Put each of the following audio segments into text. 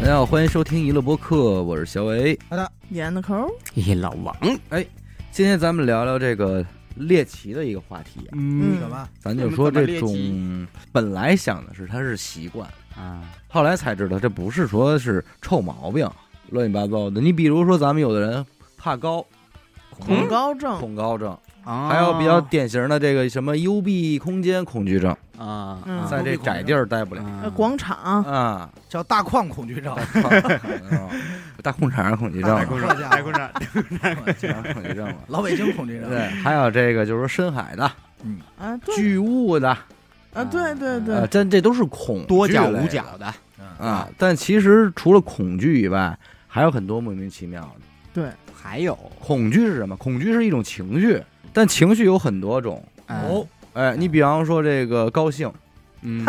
大家好，欢迎收听娱乐播客，我是小伟。演的抠儿，嘿嘿，老王，今天咱们聊聊这个猎奇的一个话题啊，嗯什么？咱就说这怎么猎种本来想的是它是习惯，啊，后来才知道这不是说是臭毛病，乱七八糟的。你比如说咱们有的人怕高，嗯恐高症，恐高症，还哦还有比较典型的这个什么幽闭空间恐惧症，啊嗯，在这嗯窄地儿待不了呃了广场，啊。嗯哎叫大矿恐惧症， 大裤衩恐惧症大了，裤衩大工厂，大裤衩恐惧症了。老北京恐惧症。对，还有这个就是说深海的、啊，对，巨物的，啊，对对啊，对，这这都是恐惧多角类的五角的，啊。但其实除了恐惧以外，还有很多莫名其妙的。还有恐惧是什么？恐惧是一种情绪，但情绪有很多种。哦，哎，你比方说这个高兴，嗯，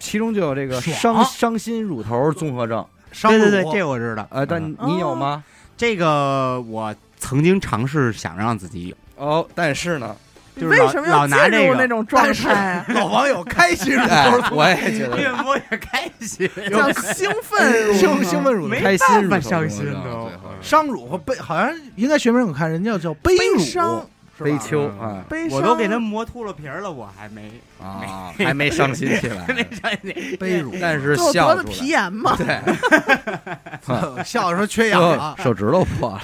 其中就有这个爽伤伤心乳头综合症。商对务对对，这我知道，哎，但嗯你有吗？这个我曾经尝试想让自己有，哦，但是呢，你就是为老什么老要拿进这入个那种状态啊？老网友开心乳 哎头，我也觉越得摸越开心，叫兴奋乳兴吗兴奋乳头没开心乳头办法综伤合心症都最后是伤乳和悲，好像应该学名我看人家叫悲悲乳，伤是吧悲秋啊悲伤，我都给他磨秃噜皮儿了，我还没啊，还没伤心起来， 没上去，悲乳。但是就笑出得的来皮炎嘛。对， 笑的时候啊缺氧就了，呃手指头破了。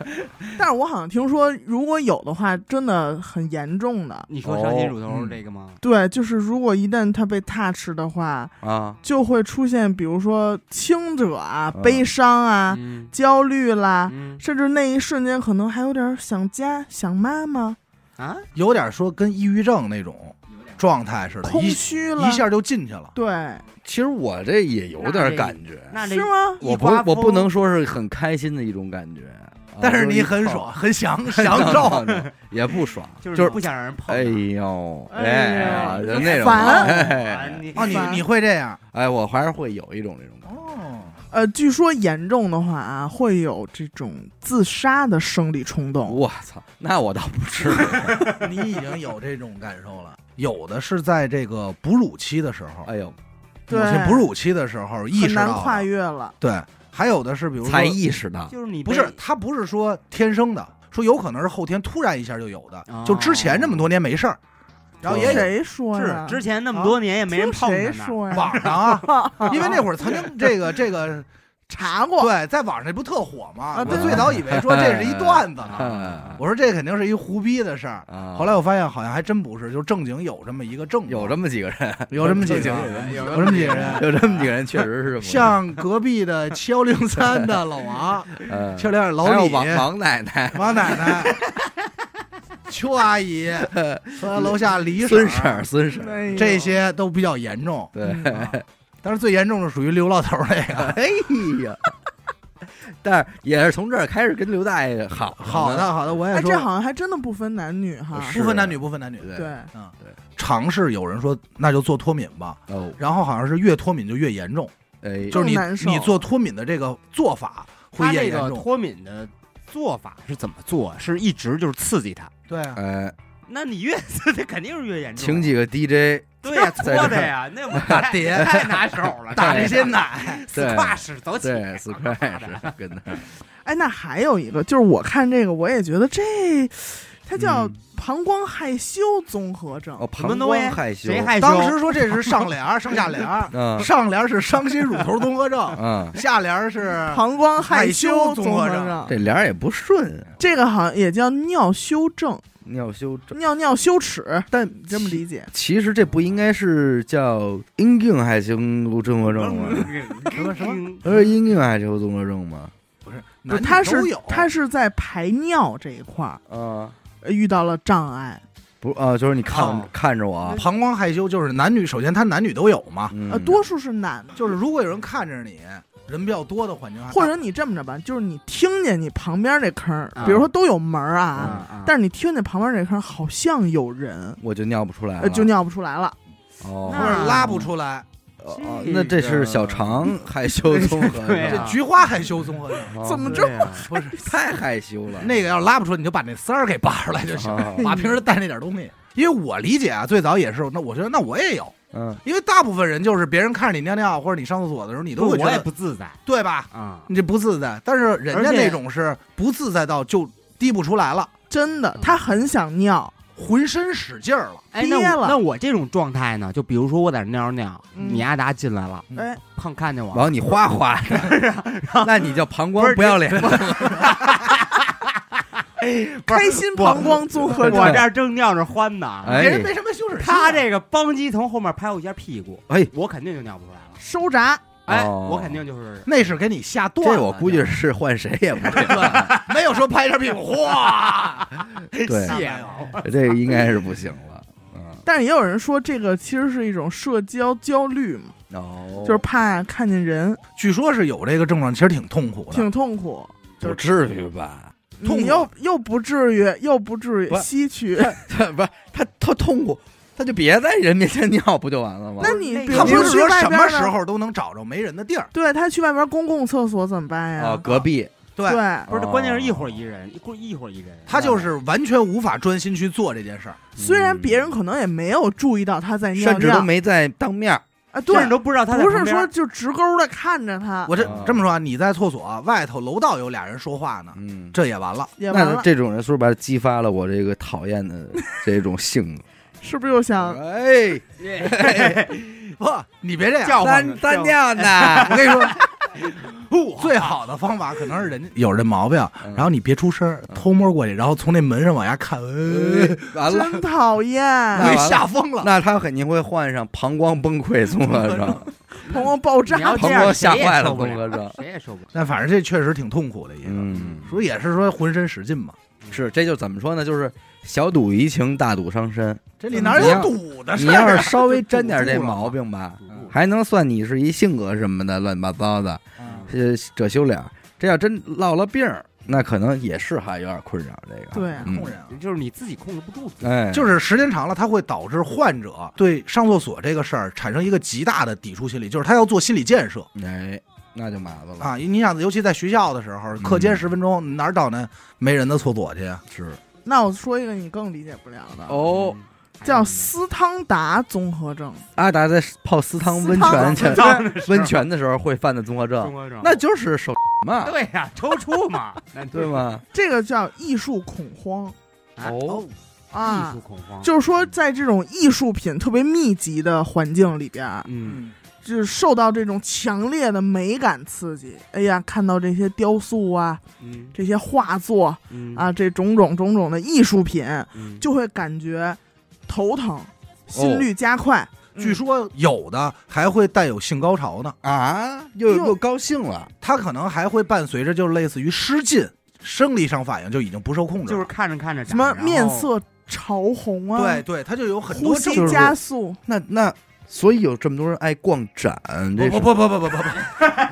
但是我好像听说，如果有的话，真的很严重的。你说伤心乳哦头嗯这个吗？对，就是如果一旦它被 touch 的话，啊，就会出现，比如说轻者啊、嗯悲伤啊、嗯焦虑啦，嗯甚至那一瞬间可能还有点想家、想妈妈、啊，有点说跟抑郁症那种状态似的，空一虚了，一下就进去哦了。对，其实我这也有点感觉，那这是吗？我不一刮我风不能说是很开心的一种感觉，啊但是你很，爽，很享享就是一碰受，也不爽，就就是不想让人碰哎呦哎哎，呦就那种烦哎你啊！你烦你会这样哎，我还是会有一种这种感哦？呃，据说严重的话啊，会有这种自杀的生理冲觉。哦动。我操，那我倒不至于你已经有这种感受了。有的是在这个哺乳期的时候，哎呦，对母亲哺乳期的时候意很识到难了跨。越了，对，还有的是比如才说，意识到，就是你不被是他不是说天生的，说有可能是后天突然一下就有的，哦就之前这么多年没 事儿，然哦对后也有谁说呀？之前那么多年也没人碰听谁着呢。说呀？网上啊，因为那会儿曾经这个这个 查过，对，在网上这不特火吗？啊我对最早以为说这 是一段子呢，嗯我说这肯定是一胡逼的事儿。啊，后来我发现好像还真不是，就正经有这么一个正有这么几个人，有这么几正经个有人有这么 几个人，有这么几个人确实是像隔壁的 七幺零三的老 王，嗯七幺零老还有李，王王奶奶、王奶奶、邱阿姨和楼下李孙婶婶儿、孙婶儿，哎呦嗯哎这些都比较严重。对。啊但是最严重的属于刘老头儿那个，哎呀，但是也是从这儿开始跟刘大爷好 好的好的，我也哎，这说哦好像还真的不分男女哈。是不分男女不分男女，对对，嗯对，尝试有人说那就做脱敏吧，哦，然后好像是越脱敏就越严重，哎，就是更你难受你做脱敏的这个做法会他越这严个重，脱敏的做法是怎么做？是一直就是刺激他。对啊，哎，那你越刺激肯定是越严重。请几个 DJ，对呀，在搓这的儿呀，那我打碟太太拿手了，打这这些奶，对跨式走起，对，四块干嘛的是跟那儿哎，那还有一个就是，我看这个我也觉得这，它叫嗯膀胱害羞综合症。哦，么膀东西胱害羞，谁害羞？当时说这是上联儿上下联儿，嗯上联儿 是伤心乳头综合症，嗯，下联儿是膀胱害害羞羞综综合症症，这脸儿也不顺啊，这个好像也叫尿羞症，尿羞症。尿尿羞耻，但这么理解？其实这不应该是叫阴茎害羞综合症 吗？什么什么，不是阴茎害羞综合症吗？不是，不男是，女他是都有，他是在排尿这一块儿啊，呃遇到了障碍，不啊，就是你看哦看着我啊，膀胱害羞，就是男女，首先他男女都有嘛，呃，嗯多数是男的。就是如果有人看着你，人比较多的环境下，或者你这么着吧，就是你听见你旁边这坑儿，啊比如说都有门儿啊，啊，但是你听见旁边这坑儿好像有人，我就尿不出来呃，了，就尿不出来了。哦，或者拉不出来，哦哦那这是小肠害羞综合对症啊这菊花害羞综合症。哦怎么对这呀不是太害羞了。那个要拉不出来，你就把那丝儿给拔出来就行，啊把平时带那点东西。因为我理解啊，最早也是，那我觉得那我也有，嗯，因为大部分人就是别人看着你尿尿或者你上厕所的时候，你都会觉我也得不自在对吧？啊。你这不自在，但是人家而且那种是不自在到就滴不出来了，真的，他很想尿，浑身使劲儿了，哎，那憋我了那我这种状态呢，就比如说我在那尿着尿，嗯你阿达进来了，嗯哎，碰看见我，往你哗 哗的，那你叫膀胱不要脸了。不是开心膀胱综合 我症，这儿正尿着欢呢，哎别人没什么羞耻心啊。他这个邦基从后面拍我一下屁股，哎，我肯定就尿不出来了，收闸，哎，哦我肯定就是那是给你吓断了，这我估计是换谁也不行， 没有说拍一下屁股哗，对谢哎了。 这应该是不行了。但是也有人说这个其实是一种社交焦虑嘛，嗯，哦，就是怕看见人，据说是有这个症状，其实挺痛苦的。挺痛苦。不至于吧？痛苦你又又不至于，又不至不于是吸取，他 不是他他痛苦，他就别在人面前尿不就完了吗？那你比他如不是去说外什边么呢时？候都能找着没人的地儿，对他去外边公共厕所怎么办呀？哦，隔壁对对，不是，关键是一会儿一人，一会儿一会儿一人。他就是完全无法专心去做这件事儿。虽然别人可能也没有注意到他在尿甚至都尿没在当面儿。啊，对甚，至都不知道他在不是旁边说就直勾的看着他我这啊这么说啊，你在厕所外头楼道有俩人说话呢，嗯，这也 完了。也完那了，这种人说白了，激发了我这个讨厌的 这种性格。是不是又想哎，不，你别这样。叫唤着三三尿呢？我跟你 说，最好的方法可能是人家有这毛病，嗯然后你别出声儿，偷摸过去，然后从那门上往下看， 呃，完了，真讨厌，给吓疯了。那他肯定会患上膀胱崩溃综合症，膀胱爆炸你，哦要这膀样胱谁吓也坏了受不综合 症。谁也受不了。但反正这确实挺痛苦的一个，嗯，所以也是说浑身使劲嘛。是，这就怎么说呢？就是小赌怡情，大赌伤身。这里嗯哪你要有赌的你事要儿是啊？稍微沾点这毛病吧堵住了，还能算你是一性格什么的乱七八糟的，这这修脸儿。这要真落了病儿，那可能也是还有点困扰这个。对嗯控人啊就是你自己控制不住自己。哎，就是是时间长了，它会导致患者对上厕所这个事儿产生一个极大的抵触心理，就是他要做心理建设哎，那就麻烦了。啊。你想，尤其在学校的时候，课间十分钟哪儿找那没人的厕所去啊？是那我说一个你更理解不了的，哦，嗯哎叫斯汤达综合症。嗯阿达在泡私汤温泉去啊私温泉的时候会犯的综合症，合症啊那就是手嘛，对呀，抽搐嘛，那对？吗？这个叫艺术恐慌哦，啊哎艺术，恐慌，就是说在这种艺术品特别密集的环境里边儿，嗯，嗯，就是受到这种强烈的美感刺激。哎呀，看到这些雕塑啊，嗯这些画作嗯啊，这种种种种的艺术品，嗯就会感觉头疼，心率加快。哦据嗯说有的还会带有性高潮呢，啊，又哟又高兴了，它可能还会伴随着就是类似于失禁，生理上反应就已经不受控制了。就是看着看着什么长然后面色潮红啊，对，对，它就有很呼多症吸状。加 速，那那。所以有这么多人爱逛展，这不是不不不不不不，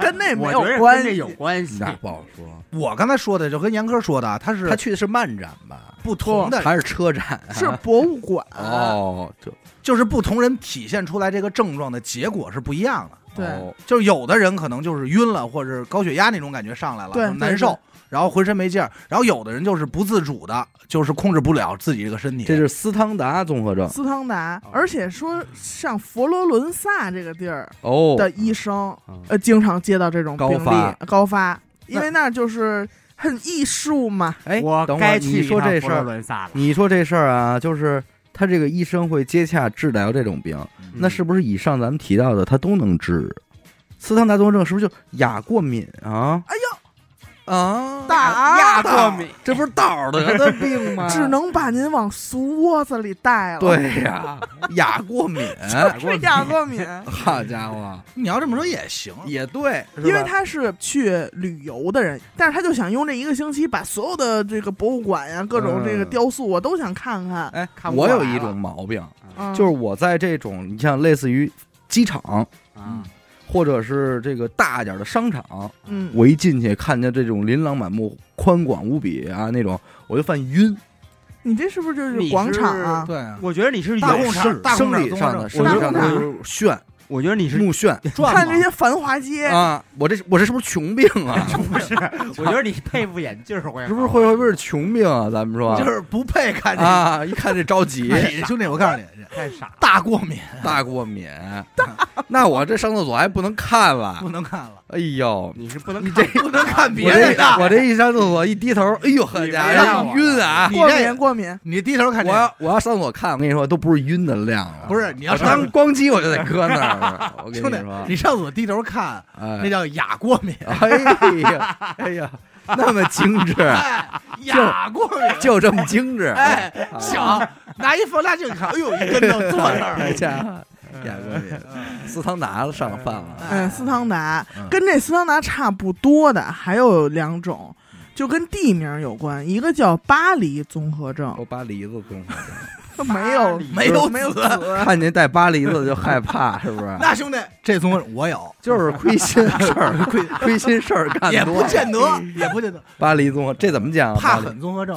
跟那没我有觉得关跟这系有。关系。那不好说。我刚才说的就跟严科说的啊，它是他去的是漫展吧？不同的，还是车展啊？是博物馆，哦，这就是不同人体现出来这个症状的结果是不一样的。对哦就是有的人可能就是晕了，或者是高血压那种感觉上来了，对就难受对，然后浑身没劲儿，然后有的人就是不自主的，就是控制不了自己这个身体。这就是斯汤达综合症斯汤达哦，而且说像佛罗伦萨这个地儿哦。的医生嗯，呃，经常接到这种高病例发高发，因为那就是很艺术嘛，哎，我等会儿该去你说这事一趟佛罗儿，伦萨了，你说这事儿啊，就是他这个医生会接洽治疗这种病，嗯那是不是以上咱们提到的他都能治？斯汤达综合症是不是就亚过敏啊？哎呦，啊，大啊亚过敏，这不是倒 得的病吗？只能把您往俗窝子里带了。，对呀，亚过敏，是亚过敏，好家伙，你要这么说也行，也对，是吧因为他是去旅游的人，但是他就想用这一个星期把所有的这个博物馆呀、各种这个嗯雕塑我都想看看。哎看，不我过有来一了种毛病，嗯，就是我在这种你像类似于机场嗯啊，或者是这个大点儿的商场，嗯，我一进去看见这种琳琅满目、宽广无比啊那种，我就犯晕。你这是不是就你是广场啊？对啊，我觉得你是大有工厂事儿大生工厂理上的，综生合症理上大的工就是眩，我觉得你是目眩 转看嘛这些繁华街，啊，我这我这是不是穷病啊？ 不是，我觉得你配副眼镜儿会好是不是会会不会是穷病啊？咱们说就是不配看这。 啊，一看这着哎急，你兄弟，我告诉你，太傻？大过敏大过敏， 那我这上厕所还不能看了不。能看了，哎呦，你是不能你这 不能看别我人的这，我这一上厕所一低头，哎呦呵你别家让伙我晕啊！你过这敏过敏，你低头看我这要我要上厕所看，我跟你说都不是晕的量了，不是你要我上当光机我就得搁那儿了。我跟兄你弟说，，你上厕所低头看，那哎叫哑过敏，哎呀哎呀，那么精致，哎，哑过敏，就这么精致，哎啊，想拿一放大镜看，哎呦，一跟头坐那儿哎，呀，亚哥也斯汤达上了饭了，嗯，斯汤达嗯跟这斯汤达差不多的还有两种，就跟地名有关，一个叫巴黎综合症，我巴梨子公，没有没有没有籽子，看见带巴梨子就害怕，是不是？那兄弟，这综合我有，就是亏心事儿，亏亏心事儿干也多不了。见得，也不见得，巴黎综合这怎么讲啊？怕巴黎狠综合症，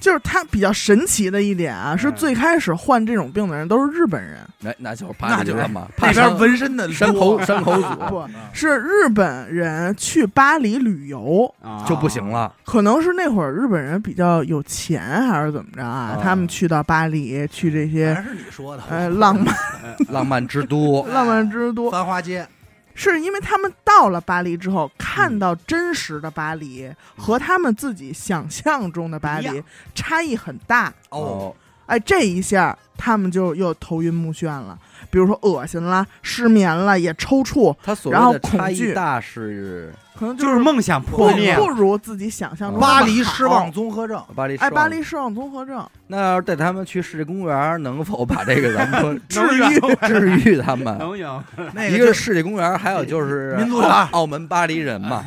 就是他比较神奇的一点啊，是嗯最开始患这种病的人都是日本人，那那就是巴黎了嘛，怕那边山纹身的山多口山口组不是日本人去巴黎旅游，啊就不行。了。可能是那会儿日本人比较有钱，还是怎么着啊？啊他们去到巴黎，去这些还是你说的，呃浪漫浪漫之都浪漫之都， 繁花街，是因为他们到了巴黎之后，看到真实的巴黎和他们自己想象中的巴不一黎差异很大。哦，，哎，这一下他们就又头晕目眩了，比如说恶心了、失眠了，也抽搐，他所然后谓的差恐惧异大是可能就是是梦想不破灭，不如自己想象中的巴黎好失望。综合症，呃巴黎，哎，巴黎。失望综合症，那要是带他们去世界公园，能否把这个咱们治愈治愈他们？能有那一个个哦就是世界公园，还有就是民族园澳门巴黎人嘛，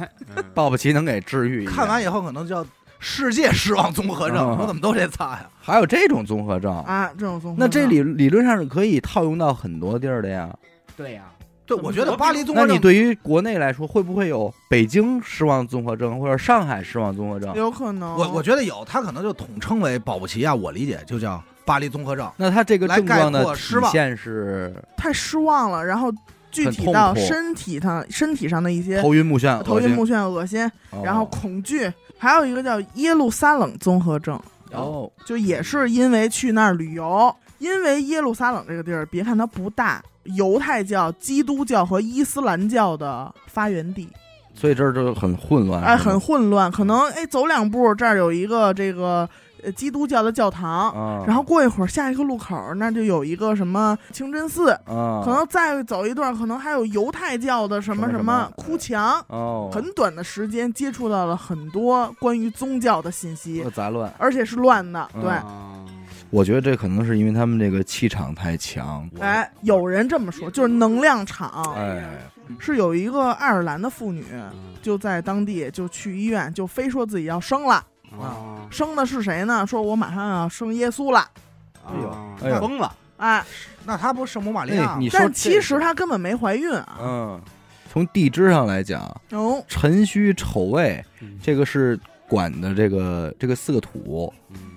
鲍勃奇能给治愈一下。看完以后可能叫世界失望综合症，嗯我怎么都得擦呀？还有这种综合症，啊，这种综合症。那这理理论上是可以套用到很多地儿的呀。对呀，对，怎么我觉得说巴黎综那合你症，对于国内来说，会不会有北京失望综合症或者上海失望综合症？有可能，我我觉得有，他可能就统称为保不齐啊，我理解就叫巴黎综合症。那他这个来症状概的括体失望现是太失望了，然后具很体痛到苦身体上身体上的一些头晕目眩、头恶晕心目眩、恶心，哦然后恐惧，还有一个叫耶路撒冷综合症，哦，就也是因为去那儿旅游，因为耶路撒冷这个地儿，别看它不大，犹太教、基督教和伊斯兰教的发源地，所以这儿就很混乱，哎，是吗很混乱，可能哎走两步这儿有一个这个呃基督教的教堂。啊，然后过一会儿，下一个路口那就有一个什么清真寺，啊，可能再走一段，可能还有犹太教哦的什么什么什么么哭墙。哦，很短的时间接触到了很多关于宗教的信息，呃杂乱。而且是乱的。啊嗯对，我觉得这可能是因为他们这个气场太强，哎，有人这么说，就是能量场哎，是有一个爱尔兰的妇女，啊就在当地就去医院，就非说自己要生了，啊，生的是谁呢？说我马上要生耶稣了。哎哎呦疯了，哎，那他不是圣母玛利亚哎，吗？你说但这其实她根本没怀孕啊。嗯，从地支上来讲，哦，辰戌丑未，嗯这个是管的这个这个四个土，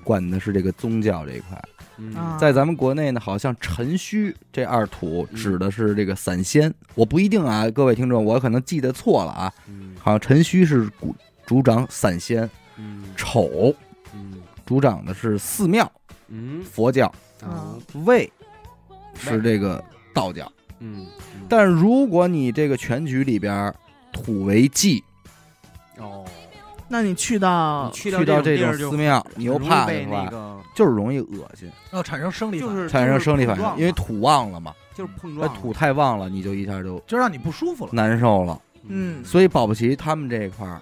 管的是这个宗教这一块。啊在咱们国内呢，好像辰戌这二土嗯指的是这个散仙，我不一定啊，各位听众，我可能记得错了啊，好像辰戌是主主掌散仙，嗯丑嗯主掌的是寺庙嗯佛教，嗯未是这个道教。嗯，但如果你这个全局里边儿土为忌，哦，那你去到你哦去去到这这种寺庙，你又怕被的那话，个就是容易恶心。要产生生理反就应，是产生生理反就是碰撞应，嘛因为土旺了嘛，就是碰那撞土太旺了，你就一下就就让你不舒服了。难受了。嗯所以保不齐他们这一块儿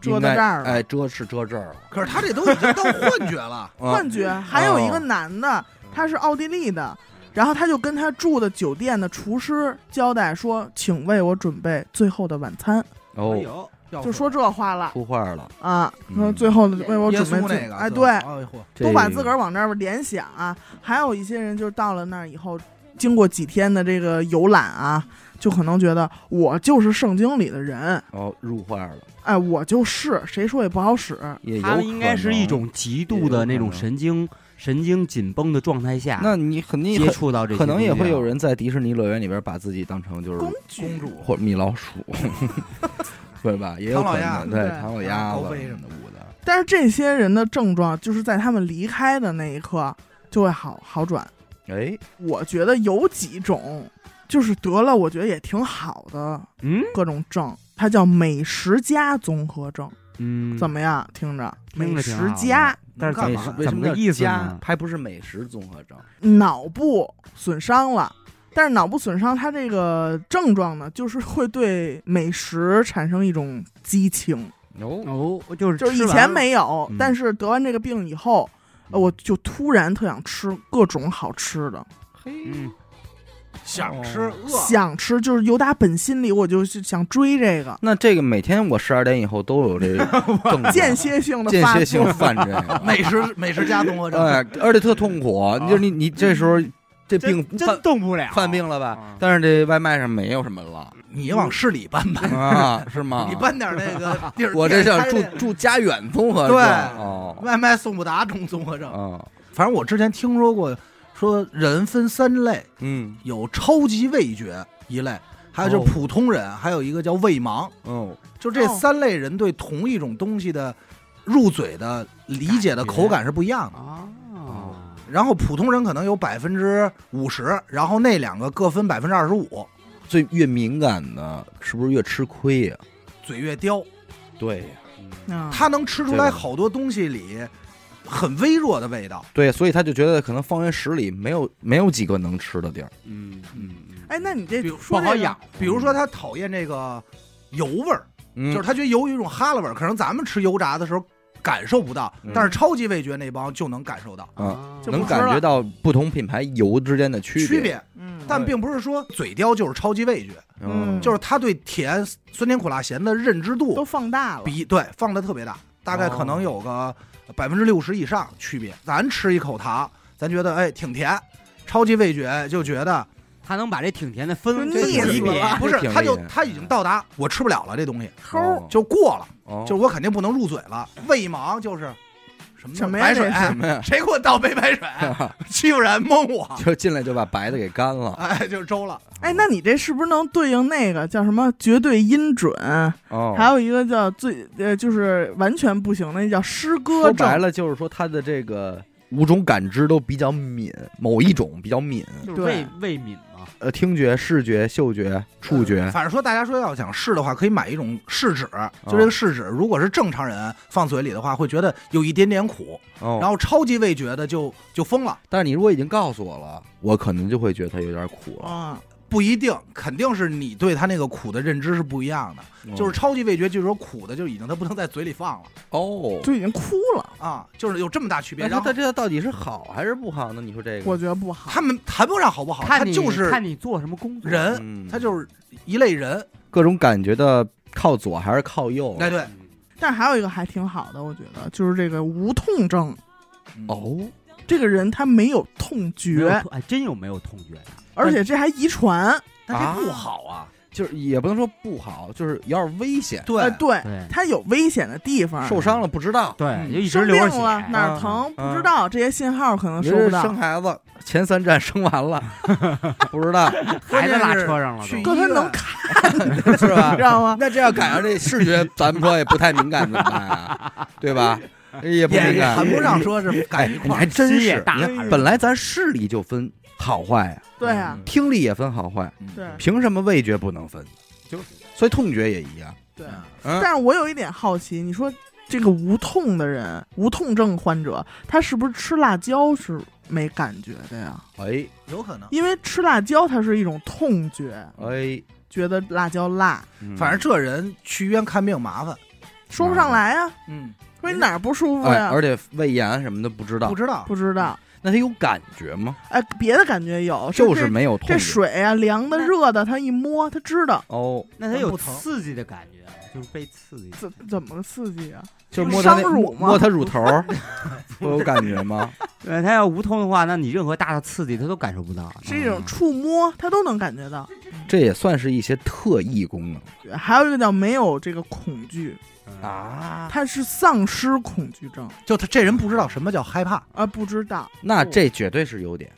遮应到该这儿了哎，遮是遮这儿了。，可是他这都已经到幻觉了啊幻觉，还有一个男的，他是奥地利的，然后他就跟他住的酒店的厨师交代说，请为我准备最后的晚餐，哎哦，有要就说这话了出画了，啊，嗯说最后的为 我耶准稣备最那个，哎，就对，哎呦嚯都把自这个儿往那边联想啊。还有一些人就是到了那儿以后，经过几天的这个游览啊，就可能觉得我就是圣经里的人，哦入画了，哎，我就是，谁说也不好使，也有他可们应该是一种极度的那种神经神经紧绷的状态下，那你肯定接很触到这些可能也东西会啊有人在迪士尼乐园里边把自己当成就是公举公主或者米老鼠，对吧？也有唐老可鸭能对对唐老鸭高子飞什么的舞的。但是这些人的症状就是在他们离开的那一刻就会好好转。哎，我觉得有几种就是得了，我觉得也挺好的嗯各种症，它叫美食家综合症，嗯，怎么么样？听着，听美着挺好的食家但是干怎嘛么为怎什么么叫个意思家呢？还不是美食综合症？脑部损伤了。但是脑部损伤，它这个症状呢，就是会对美食产生一种激情，哦，哦，就是就是吃以完前了没有，嗯但是得完这个病以后，呃，我就突然特想吃各种好吃的，嘿，嗯想吃哦饿了，想吃，就是由打本心里我就是想追这个，那这个每天我十二点以后都有这个症状，间歇性的间发歇作性犯这 个，美食美食家综合症，哎，而且特痛苦。你就你你这时候这病真犯真动不了，犯病了吧啊？但是这外卖上没有什么了你往市里搬吧，啊，是吗？，你搬点那个地儿 我这叫住店开着住家远综合症对哦，外卖送不达中综合症。哦，反正我之前听说过，说人分三类，嗯有超级味觉一类，还有就是哦普通人，还有一个叫味盲。哦，就这哦三类人对同一种东西的入嘴的理解的感觉口感是不一样的。啊，然后普通人可能有百分之五十，然后那两个各分百分之二十五，所以越敏感的是不是越吃亏呀？嘴越刁，对呀，啊嗯他能吃出来好多东西里很微弱的味道。对，所以他就觉得可能方圆十里没有没有几个能吃的地儿。嗯嗯，哎，那你这比如说不好这个养，比如说他讨厌这个油味儿，嗯就是他觉得油有一种哈喇味儿，可能咱们吃油炸的时候感受不到嗯，但是超级味觉那帮就能感受到啊就不能吃感了觉到不同品牌油之间的区区别。嗯，但并不是说嘴刁就是超级味觉，嗯，嗯就是他对甜、酸甜苦辣咸的认知都度放大了，比对放的特别大，大概可哦能有个百分之六十以上区别。咱吃一口糖，咱觉得哎挺甜，超级味觉就觉得他能把这挺甜的分就腻这级死了别，不是挺，他就厉害他已经到达我吃不了了这东西抠儿哦就过了，哦就是我肯定不能入嘴了。味盲就是什么什么呀白水，哎这什么呀？谁给我倒杯白水？ 欺负人蒙我，就进来就把白的给干了。哎，就周了。哎，那你这是不是能对应那个叫什么绝对音准？哦，还有一个叫最呃，就是完全不行的，那叫诗歌说白症。了就是说他的这个五种感知都比较敏，某一种比较敏，就是对未未敏嘛，呃，听觉、视觉、嗅觉、 触觉。反正说大家说要想试的话，可以买一种试纸，哦就这个试纸，如果是正常人放嘴里的话，会觉得有一点点苦，哦，嗯然后超级味觉的就就疯了，但是你如果已经告诉我了，我可能就会觉得它有点苦了。啊，不一定，肯定是你对它那个苦的认知是不一样的，哦就是超级味觉就是说苦的就已经它不能在嘴里放了哦，就已经哭了，啊，就是有这么大区别。那然它后它这到底是好还是不好呢？你说这个，我觉得不好。他们谈不上好不好，他看你就是看你做什么工作，人，嗯他就是一类人。各种感觉的靠左还是靠右？啊哎，对，嗯但是还有一个还挺好的，我觉得就是这个无痛症，哦，这个人他没有痛没有觉，痛哎，真有没有痛觉呀？而且这还遗传。但这不好啊，就是也不能说不好，就是有点危险，呃，对，对，对他有危险的地方，受伤了不知道，对，嗯就一直生流病着血，嗯了哪儿啊疼不啊知道，这些信号可能你收不这到。生孩子前三站生完 了，不知道孩子关键拉是车上了去哥都，他医院能看，是吧 知？道吗？那这要赶上这视觉，咱们说也不太敏感，怎么办啊？对吧？也不也敏也感哎谈，不上说是赶一你块还儿。真心也是。大你看本来咱视力就分好坏呀，对啊，听力也分好坏，嗯对凭什么味觉不能分？就是所以痛觉也一样。对。嗯嗯，但是我有一点好奇，你说这个无痛的人，无痛症患者，他是不是吃辣椒是没感觉的呀？哎有可能。因为吃辣椒它是一种痛觉，哎，觉得辣椒辣，嗯反正这人去医院看病麻烦，说不上来啊，嗯，说你哪儿不舒服哎，呀？而且胃炎什么的不知道不，知道不知道，那他有感觉吗？哎，别的感觉有，就是这没有痛这觉。水啊，凉的、那热的，他一摸他知道。哦，那他有不疼刺激的感觉，就是被刺激。怎怎么刺激啊？就是摸他那伤乳吗摸他乳头儿，会有感觉吗？对他要无痛的话，那你任何大的刺激他都感受不到。是一种触摸，他都能感觉到。这也算是一些特异功能还有一个叫没有这个恐惧，嗯，啊。他是丧失恐惧症就他这人不知道什么叫害怕，啊，不知道那这绝对是优点。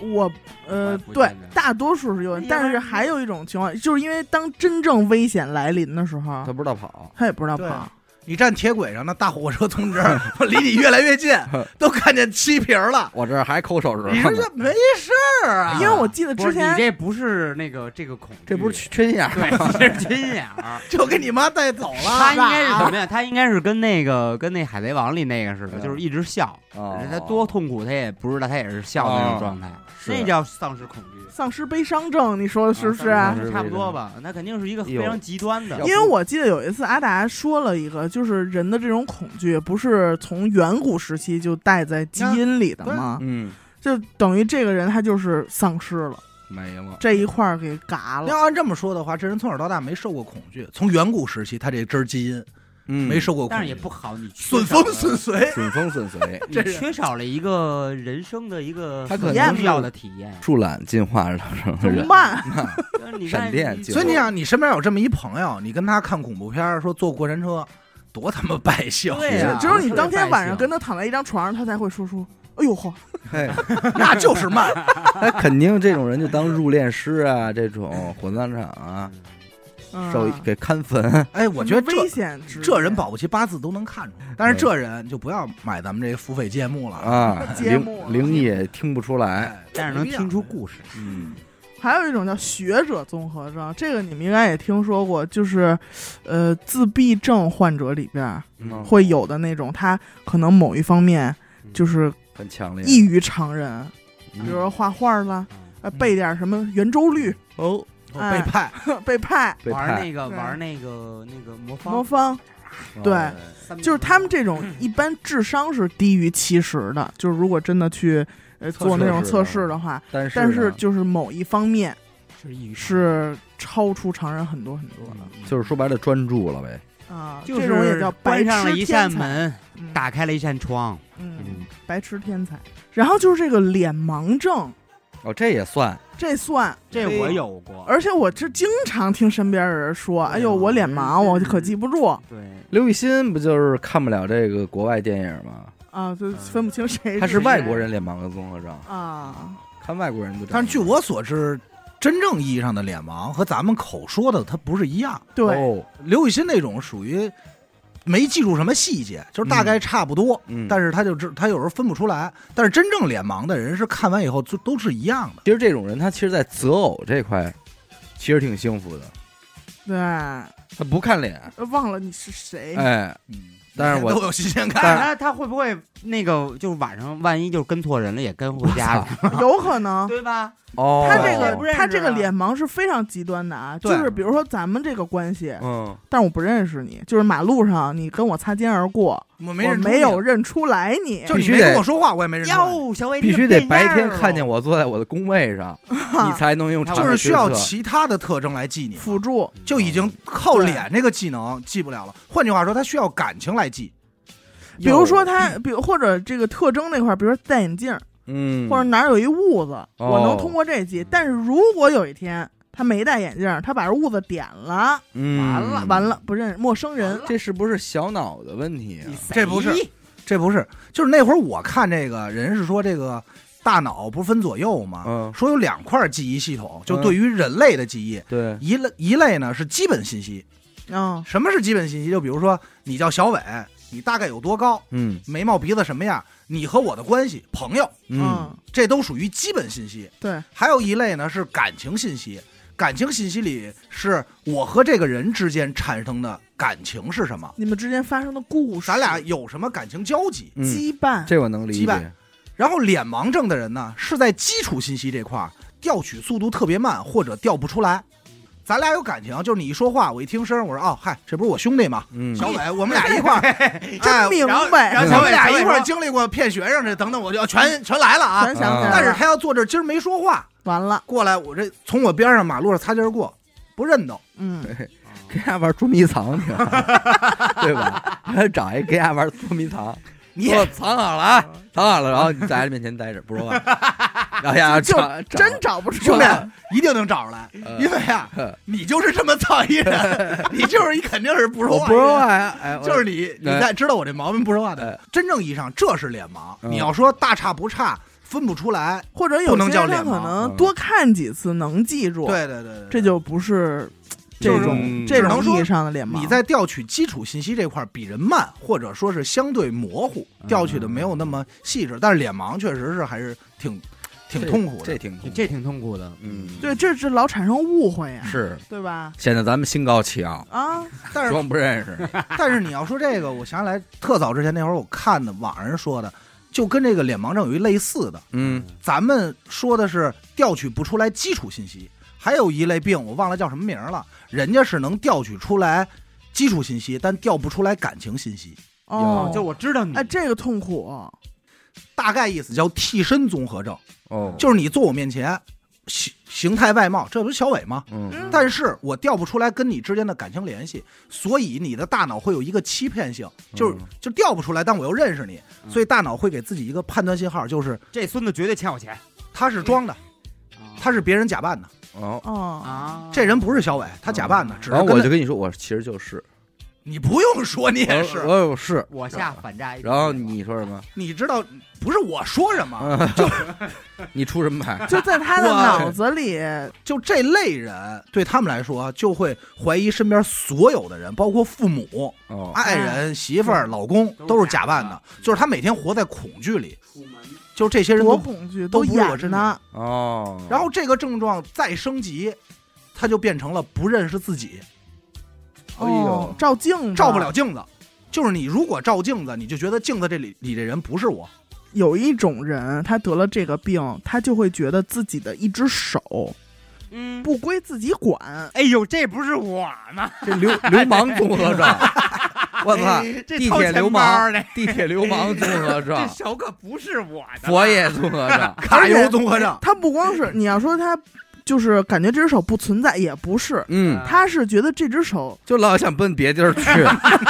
我呃不对见得，大多数是有，但是还有一种情况，就是因为当真正危险来临的时啊候他，不知道跑，他也不知道对跑。你站铁轨上，那大火车从 这儿离你越来 越近，都看见漆皮儿了。我这儿还抠手指你头说呢。这没事儿 啊？因为我记得不是之你前这不是那个这个恐惧，这不是缺心眼儿 对，你这是缺心眼儿。就给你妈带 走了。他应该是什么呀？他应该是跟那个跟那海贼王里那个似的，嗯就是一直笑，哦他多痛苦他也不知道，他也是笑的那种状态，是那叫丧失恐惧，丧失悲伤症，你说的是不是啊啊？差不多吧？那肯定是一个非常极端的要不因为我记得有一次阿达说了一个，就是人的这种恐惧不是从远古时期就带在基因里的吗？嗯，就等于这个人他就是丧失了没了。这一块儿给嘎了。 要按这么说的话，这人从小到大没受过恐惧，从远古时期他这根基因嗯没受过恐惧，但是也不好，你缺损少风了。损，随。顺风顺水你缺少了一个人生的一个他可很能重要的体验。树懒进化了怎人么，办？就是你看闪电所以你想，你身边有这么一朋友，你跟他看恐怖片儿，说坐过山车，多他妈败兴！对呀、只有你特别当天晚反上省跟他躺在一张床上，他才会说出“哎呦呵嘿，啊那就是 慢。 他肯定这种人就当入殓师啊，这种火葬场啊，”，嗯受给看坟。哎，我觉得什么危这险职业，这人保不齐八字都能看出来，但是这人就不要买咱们这付费节目了。啊，节目啊灵灵也听不出来。哎，但是能听出故事。嗯，还有一种叫学者综合症，这个你们应该也听说过，就是，呃，自闭症患者里边儿嗯会有的那种，他可能某一方面嗯就是很强烈。异于常人，嗯比如说画画啦，嗯呃，背点什么圆周率、 哦，我哎背叛，背派、被玩拍那个对玩那个那个魔魔方，呃方，哦对哎三秒就是他们钟这种一般智商是低于七十的，就是如果真的去呃测试做那种是测吧试的话，但是啊但呢是就是某一方面是抑郁是超出常人很多很多的。就是说白了专注了呗。啊，嗯就这是种也叫白关上了痴一天扇才，门，嗯打开了一扇窗。嗯，白痴天才。然后就是这个脸盲症，哦，这也算。这算，这我有过。而且我是经常听身边人说，哎呦，我脸盲，我可记不住对，刘雨欣不就是看不了这个国外电影吗？啊，就分不清谁他是谁外国人脸盲的综合症，啊。看外国人都这样。但是据我所知，真正意义上的脸盲和咱们口说的它不是一样。对，哦，刘雨欣那种属于没记住什么细节，就是大概差不多，嗯，但是是他就知他有时候分不出来。但是真正脸盲的人是看完以后就都是一样的。其实这种人他其实，在择偶这块其实挺幸福的，对，他不看脸，忘了你是谁，哎，嗯，但是我都有新鲜感。但他他会不会那个就是晚上万一就是跟错人了，也跟回家了，有可 能。对吧？哦，他这我不认个识啊他这个脸盲是非常极端的啊，就对是比如说咱们这个关系，嗯，但我不认识你，就是马路上你跟我擦肩而过，我没我认出没有你，认出来你，就你必须没得跟我说话，我也没认出来。哟，小伟必须得白天看见我坐在我的工位上，你才能用常就理是需要推测其他的特征来记你，嗯辅助。就已经靠脸这个技能记不了了。换句话说，他需要感情来记。比如说他，比如或者这个特征那块儿，比如说戴眼镜，嗯，或者哪儿有一痦子，我能哦通过这记。但是如果有一天他没戴眼镜，他把这痦子点了，嗯完了完了，不认陌生人，这是不是小脑的问题啊？这不是这不是，就是那会儿我看这个人是说这个大脑不是分左右吗？嗯，说有两块记忆系统，就对于人类的记忆，对，一类一类呢是基本信息。嗯，什么是基本信息？就比如说你叫小伟，你大概有多高，嗯眉毛鼻子什么样，你和我的关系，朋友，嗯，这都属于基本信息。对，还有一类呢是感情信息，感情信息里是我和这个人之间产生的感情是什么，你们之间发生的故事，咱俩有什么感情交集。嗯羁绊，这我能理羁绊解，然后脸盲症的人呢，是在基础信息这块儿调取速度特别慢，或者调不出来。咱俩有感情，就是你一说话，我一听声，我说哦嗨，这不是我兄弟吗？嗯，小伟，我们俩一块儿，哎真明然后白，然后我小们伟俩小伟一块儿说经历过骗学生这等等，我就要全全来了啊全。想起来了，但是他要坐这儿，今儿没说话，完了，过来我这从我边上马路上擦肩而过，不认得。嗯， 跟人家玩捉迷藏去了，对吧？找一给俺玩捉迷藏，你我藏好了啊，藏好了，然后你在他面前待着不说话，然后呀，就找找真找不出啊兄弟来。一定能找出来，呃因为啊，你就是这么操一人，你就是你肯定是不说我话不的人，说话呀，哎，我就是你，你在知道我这毛病不说话的哎，真正意义上这是脸盲。嗯你要说大差不差，分不出来，或者有些不能人叫他脸可盲能嗯多看几次能记住，对对对对，对这就不是就这是种只这种能说意义上的脸盲。你在调取基础信息这块儿比人慢，或者说是相对模糊，嗯调取的没有那么细致。但是脸盲确实是还是挺挺痛苦这的。挺痛苦，这挺痛苦的，嗯，嗯，对，这这老产生误会呀，是对吧？显得咱们心高气傲，啊，但是装不认识，但是你要说这个，我想起来特早之前那会儿我看的网上人说的，就跟这个脸盲症有一类似的。嗯，咱们说的是调取不出来基础信息，还有一类病我忘了叫什么名儿了，人家是能调取出来基础信息，但调不出来感情信息。哦，就我知道你哎，这个痛苦，大概意思叫替身综合症，哦，就是你坐我面前，形形态外貌，这不是小伟吗？嗯，嗯但是我调不出来跟你之间的感情联系，所以你的大脑会有一个欺骗性，就是嗯就调不出来，但我又认识你，嗯所以大脑会给自己一个判断信号，就是这孙子绝对欠我钱，他是装的，他是别人假扮的，哦，哦，啊，这人不是小伟，他假扮的，只是然后跟我他就跟你说，我其实就是，你不用说，你也是我，我是，我下反诈一笔，然后你说什么？你知道不是我说什么，你出什么牌？就在他的我脑子里，就这类人对他们来说啊就会怀疑身边所有的人，包括父母、哦，爱人、媳妇儿、老公都是假扮的，就是他每天活在恐惧里，出门就是这些人多都。恐惧，都不是我演真呢的。哦， 然后这个症状再升级，他就变成了不认识自己，哎哦呦，照镜子照不了。镜子。就是你如果照镜子，你就觉得镜子这里里这人不是我，有一种人，他得了这个病，他就会觉得自己的一只手嗯，不归自己管。哎呦，这不是我呢，这流流氓综合症，我操，哎这地掏铁钱流包氓的，地铁流氓综合这症，手可不是我的，佛爷综合症，卡油综合 症。他不光是你要说他，就是感觉这只手不存在，也不是，嗯，他是觉得这只手就老想奔别地儿去，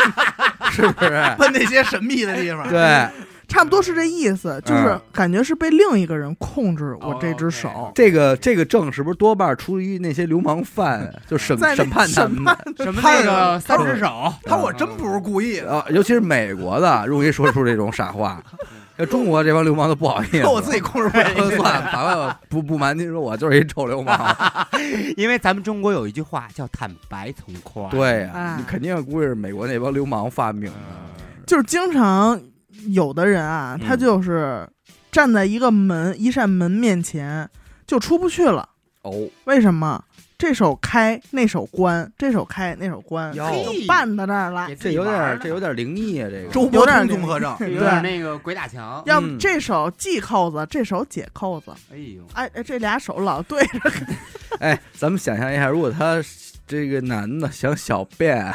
是不是？问那些神秘的地方，对，差不多是这意嗯思，就是感觉是被另一个人控制我这只手。哦，OK 这个这个症是不是多半出于那些流氓犯，就审在那审判他审们判什么那他个三说只手，他说我真不是故意的，啊，尤其是美国的，容易说出这种傻话。要中国这帮流氓都不好意思，说我自己控制不了。算了，咱们不不瞒您说，我就是一臭流氓。因为咱们中国有一句话叫坦白从宽，对 呀、哎你肯定估计是美国那帮流氓发明的。就是经常有的人啊，嗯他就是站在一个门一扇门面前就出不去了，哦，为什么？这手开，那手关；这手开，那手关，哟就绊到这儿了给。自这己有玩点呢这有点灵异啊，这个周伯通综合症， 有点那个鬼打墙，要嗯么这手系扣子，这手解扣子。哎呦，哎哎，这俩手老对 着，哎，咱们想象一下，如果他这个男的想小 便，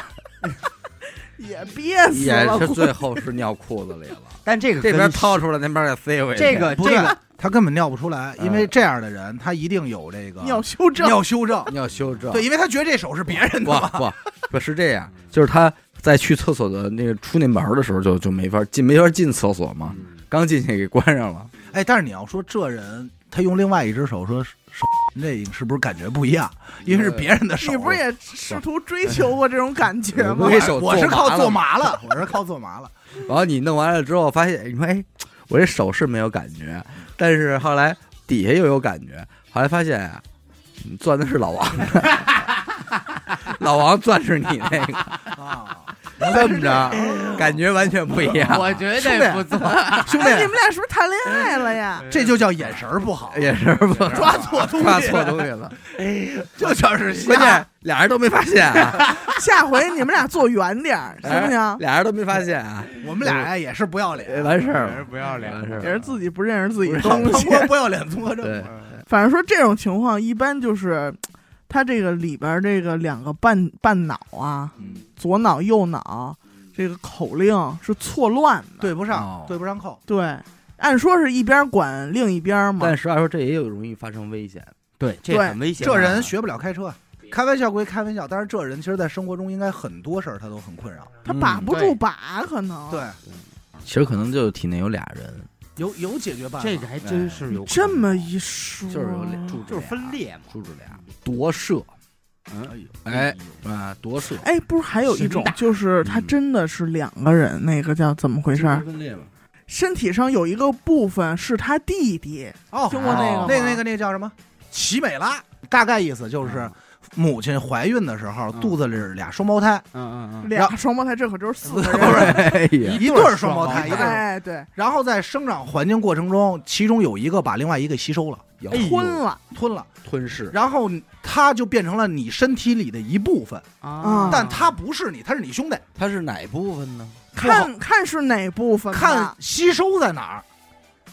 也憋死也了。是估计最后是尿裤子里了，但这个这边跟掏出来，那边再塞回去。这个不这对个，他根本尿不出来，嗯因为这样的人他一定有这个尿羞症，啊 尿羞症。尿羞症，对，因为他觉得这手是别 人的不嘛。 不不是这样，就是他在去厕所的那个出那门儿的时候就就没法进，没法进厕所嘛，嗯刚进去给关上了。哎，但是你要说这人，他用另外一只手说手，这是不是感觉不一样？因为是别人的手。你不是也试图追求过这种感觉吗我？给手我是做麻靠了做麻了，我是靠做麻了。然后你弄完了之后，发现你说哎，我这手是没有感觉，但是后来底下又有感觉，后来发现啊，你攥的是老王的， 老王攥是你那 个，啊，这么着，感觉完全不一样。 我绝对不做，兄哎，你弟，哎们俩是不是谈恋爱了呀？这就叫眼神不 好，也是不抓错东西，哎抓错东西了，这就是关瞎键。俩人都没发现啊，下回你们俩坐远点儿，行不行？俩人都没发现啊，我们俩也是不要哎脸，完事儿 了，不要完事也儿是了，自己不认识自己不是东唐西。国不要脸综合对症。。反正说这种情况一般就是，他这个里边儿这个两个半半脑啊，左脑右脑这个口令是错乱的。对不哦上，对不上扣。对，按说是一边儿管另一边儿嘛但。实话说，这也有容易发生危险。 对，这对很危险啊，这人学不了开车，开玩笑归开玩笑，但是这人其实在生活中应该很多事儿他都很困扰。他把不住对把，可能对，其实可能就体内有俩人，有有解决办法。这个还真是有可能啊这么一说，就是有哦俩住就是分裂嘛，住着俩夺舍，哎呦，哎啊夺舍，哎，不是还有一种，就是他真的是两个人，那个叫怎么回事嗯儿？分裂嘛，身体上有一个部分是他弟弟，哦，听过那个吗？那个那个那个叫什么？奇美拉，大概意思就是母亲怀孕的时候嗯肚子里是俩双胞胎，嗯嗯嗯，俩双胞胎，这可就是四个不人。哎呀，一一对对儿儿双双胞胞胎，胎一对儿。哎，对，然后在生长环境过程中，其中有一个把另外一个吸收了、有哎呦昏了，吞了，吞噬，然后它就变成了你身体里的一部分，哦啊但它不是你，它是你兄弟。它是哪部分呢？不好看看是哪部分吧？看吸收在哪儿，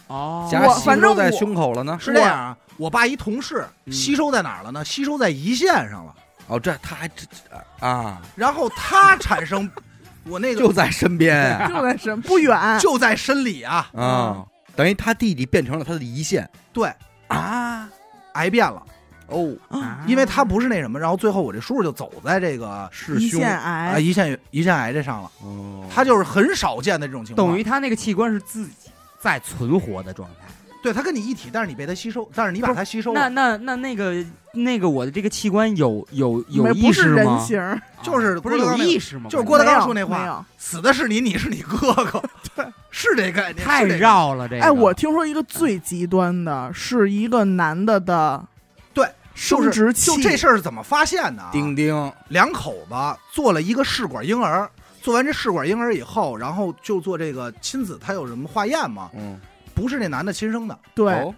哦，夹我吸反正收在我胸口了呢？是这样啊。我爸一同事嗯吸收在哪儿了呢？吸收在胰腺上了，哦，这他还这这啊，然后它产生，我那个就在身边啊就在身不远，就在身里啊，啊，等于他弟弟变成了他的胰腺对，啊，癌变了。哦，啊因为他不是那什么，然后最后我这叔叔就走在这个是胰胸，腺啊癌。胰腺胰腺癌这上了，哦他就是很少见的这种情况。等于他那个器官是自己在存活的状态。对他跟你一体，但是你被他吸收，但是你把他吸收那了，那那那个那个我的这个器官有有有没意不是识人吗？啊形儿，就是不郭德是有纲那个意识吗？就是没郭德纲有说那没话，有死的是你，你是你哥哥，对，是这概念，太是这个。绕了这个。哎，我听说一个最极端的是一个男的的，对，就生是殖器，就这事儿是怎么发现的啊？丁丁两口子做了一个试管婴儿，做完这试管婴儿以后，然后就做这个亲子，他有什么化验吗？嗯，不是那男的亲生的，对，哦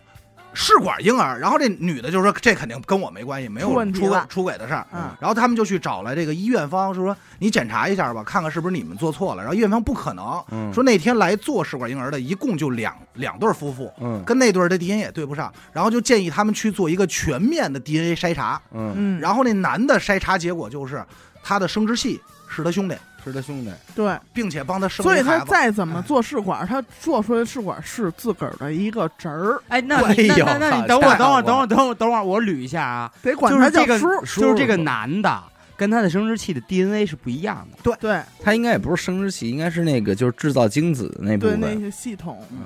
试管婴儿，然后这女的就说这肯定跟我没关系，没有出问题出轨了出轨的事儿。哦嗯然后他们就去找了这个医院方，说说你检查一下吧，看看是不是你们做错了。然后医院方不可能，嗯说那天来做试管婴儿的一共就两两对儿夫妇，嗯跟那对儿的 DNA 也对不上，然后就建议他们去做一个全面的 DNA 筛查。嗯，嗯，然后那男的筛查结果就是他的生殖器是他兄弟，是他兄弟，对，并且帮他生了所一以孩他子。再怎么做试管，他做出来的试管是自个儿的一个侄儿，哎，那哎你那呦那那好你等会家儿，等会伙儿，等会儿，等会儿，等会儿，我捋一下啊，得管就他是叫这个，叔。就是这个叔男的跟他的生殖器的 DNA 是不一样的。对他应该也不是生殖器，应该是那个就是制造精子的那部对，分。那些系统，嗯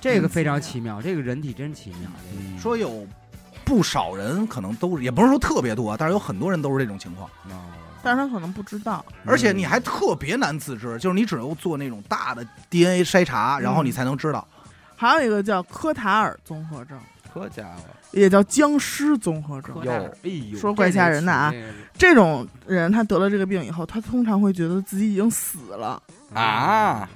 这个嗯非常奇奇妙，这个人体真奇妙。这个嗯说有不少人可能都是，也不是说特别多啊，但是有很多人都是这种情况。但是他可能不知道，而且你还特别难自知，就是你只有做那种大的 DNA 筛查，嗯然后你才能知道。还有一个叫科塔尔综合症，可家伙，也叫僵尸综合症科。哟大尔哎呦，说怪吓人的啊这个奇这种人他得了这个病以后，他通常会觉得自己已经死了妙啊！